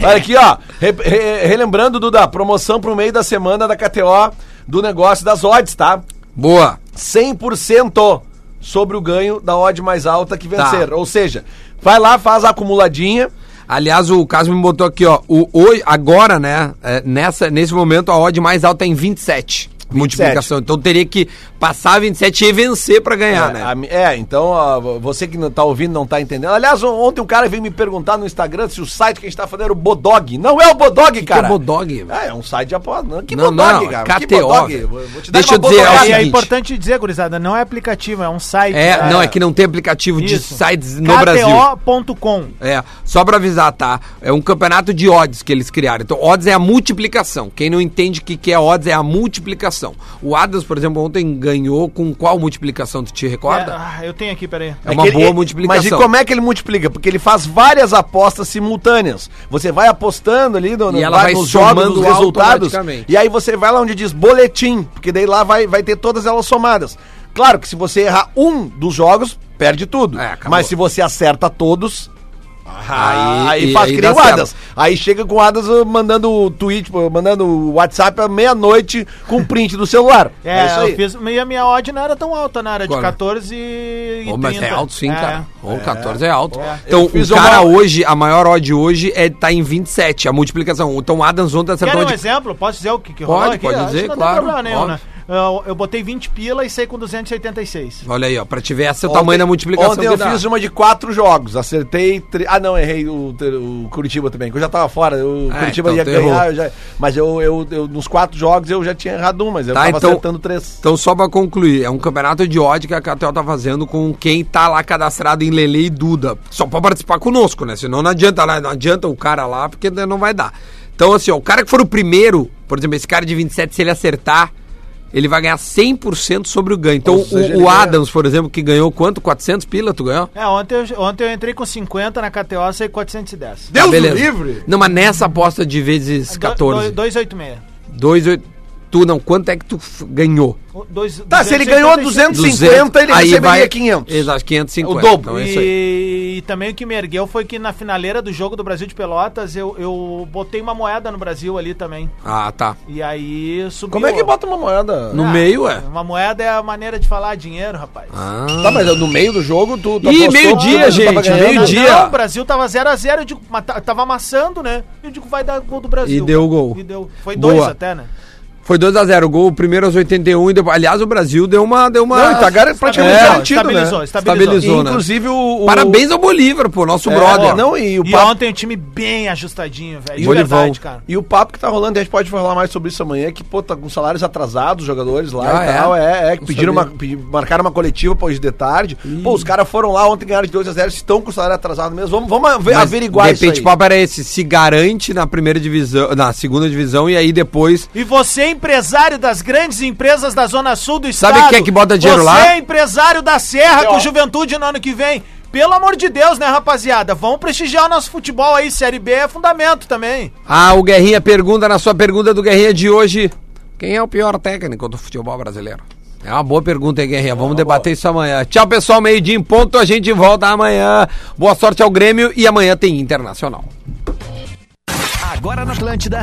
Olha aqui, ó. Re- re- relembrando, Duda, promoção pro meio da semana da KTO do negócio das odds, tá? Boa. 100% sobre o ganho da odd mais alta que Tá. vencer. Ou seja, vai lá, faz a acumuladinha. Aliás, o caso me botou aqui, ó. O, hoje, agora, né? é, nessa, nesse momento, a odd mais alta é em 27. multiplicação. Então teria que passar 27 e vencer pra ganhar, né? É, a mi- é, então ó, você que não tá ouvindo não tá entendendo. Aliás, on- ontem um cara veio me perguntar no Instagram se o site que a gente tá falando era o Bodog. Não é o Bodog, Que é cara. Bodog, velho. Ah, é um site de aposta. não. Que Não, Bodog, não, é cara? Que KTO, Bodog? velho. Vou- vou te dar Deixa uma eu dizer, bodogada. é o e é seguinte. importante dizer, gurizada, não é aplicativo, é um site. É, não, é que não tem aplicativo de Isso. sites no Brasil. KTO.com. É, só pra avisar, tá? É um campeonato de odds que eles criaram. Então, odds é a multiplicação. Quem não entende o que, que é odds é a multiplicação. O Adams, por exemplo, ontem ganhou com qual multiplicação? Tu te É, recorda? ah, eu tenho aqui, peraí. É, uma que ele- boa ele- multiplicação. Mas e como é que ele multiplica? Porque ele faz várias apostas simultâneas. Você vai apostando ali no, no- E ela vai nos jogos, somando nos resultados. automaticamente. E aí você vai lá onde diz boletim, porque daí lá vai, vai ter todas elas somadas. Claro que se você errar um dos jogos, perde tudo. É, acabou. mas se você acerta todos. Aí- Aí, e- faz aí que dá nem o certo. Adas. Aí chega com o Adas uh, mandando o tweet, pô, mandando o WhatsApp à meia-noite com print do celular. É, eu fiz. E a minha odd não era tão alta, não. Era de Qual? é? 14 e. Ô, mas 30. é alto sim, É. cara. Ô, 14 é alto. Então, Eu o fiz cara uma- hoje, a maior odd hoje é tá em 27, a multiplicação. Então, o Adams ontem acertou Querem um de... exemplo? Posso dizer o que, que Pode, rolou aqui? pode Acho que dizer, não tem claro, problema nenhum, óbvio. né? eu, eu botei 20 pila e saí com 286. Olha aí, ó, pra te ver essa é o tamanho da multiplicação Ontem que eu dá. fiz uma de quatro jogos. Acertei. tre- Ah, não, errei o, o Curitiba também, que eu já tava fora. O Ah, Curitiba então ia tu ganhar. errou. eu já- Mas eu, eu, eu- nos quatro jogos eu já tinha errado um, mas eu Tá, tava então- acertando três. Então, só pra concluir, é um campeonato de odd que a KTO tá fazendo com quem tá lá cadastrado em Lele e Duda. Só pra participar conosco, né? Senão não adianta lá, não adianta o cara lá, porque não vai dar. Então, assim, ó, o cara que for o primeiro, por exemplo, esse cara de 27, se ele acertar, ele vai ganhar 100% sobre o ganho. Então, Ou seja, ele o, o ganha- Adams, por exemplo, que ganhou quanto? 400 pila, tu ganhou? Ah, É, ontem eu, ontem eu entrei com 50 na KTO, saí com 410. Deus livre! Não, mas nessa aposta de Ah, vezes 14, 286. 2, 8, tu não, quanto é que tu f- ganhou? O- dois- Tá, se ele ganhou 286. 250, ele aí receberia vai- 500. Exato, 550. O dobro. Então é isso aí. E, e também o que me ergueu foi que na finaleira do jogo do Brasil de Pelotas eu, eu botei uma moeda no Brasil ali também. Ah, tá. E aí subiu. Como é que bota uma moeda? No Ah, meio, é. Ah. Uma moeda é a maneira de falar dinheiro, rapaz. Tá, mas no meio do jogo tu. tu Ih, apostou, meio-dia, tu tava gente, ganhando. meio-dia. Não, o Brasil tava 0x0, eu digo, mas ta- tava amassando, né? Eu digo, vai dar gol do Brasil. E deu o gol. E deu. Foi Boa. dois até, né? Foi 2x0, o gol primeiro aos 81. E depois, aliás, o Brasil deu uma. Deu uma Não, e tá gar- praticamente É, garantido, estabilizou, né? Estabilizou. estabilizou. Zona. Inclusive o. o- Parabéns ao Bolívar, pô, nosso É, brother. ó, não, e o E papo- ontem o time bem ajustadinho, velho. De Bolivão. verdade, cara. E o papo que tá rolando, a gente pode falar mais sobre isso amanhã, que, pô, tá com salários atrasados, os jogadores lá Ah, e é? tal. É, é, que Não pediram uma, sabia. pedi- marcaram uma coletiva pra hoje de tarde. Pô, os caras foram lá ontem, ganharam de 2 a 0 estão com o salário atrasado mesmo. Vamos, vamos ave- Mas, averiguar De repente, isso. o Aí. papo era esse: se garante na primeira divisão, na segunda divisão, e aí depois. E você, empresário das grandes empresas da Zona Sul do Estado. Sabe quem é que bota dinheiro você lá? é empresário da Serra com Juventude no ano que vem. Pelo amor de Deus, né, rapaziada? Vamos prestigiar o nosso futebol aí. Série B é fundamento também. Ah, o Guerrinha pergunta, na sua pergunta do Guerrinha de hoje: quem é o pior técnico do futebol brasileiro? É uma boa pergunta, hein, Guerrinha? Vamos debater isso amanhã. Tchau, pessoal. Meio-dia em ponto. A gente volta amanhã. Boa sorte ao Grêmio e amanhã tem Internacional. Agora na Atlântida,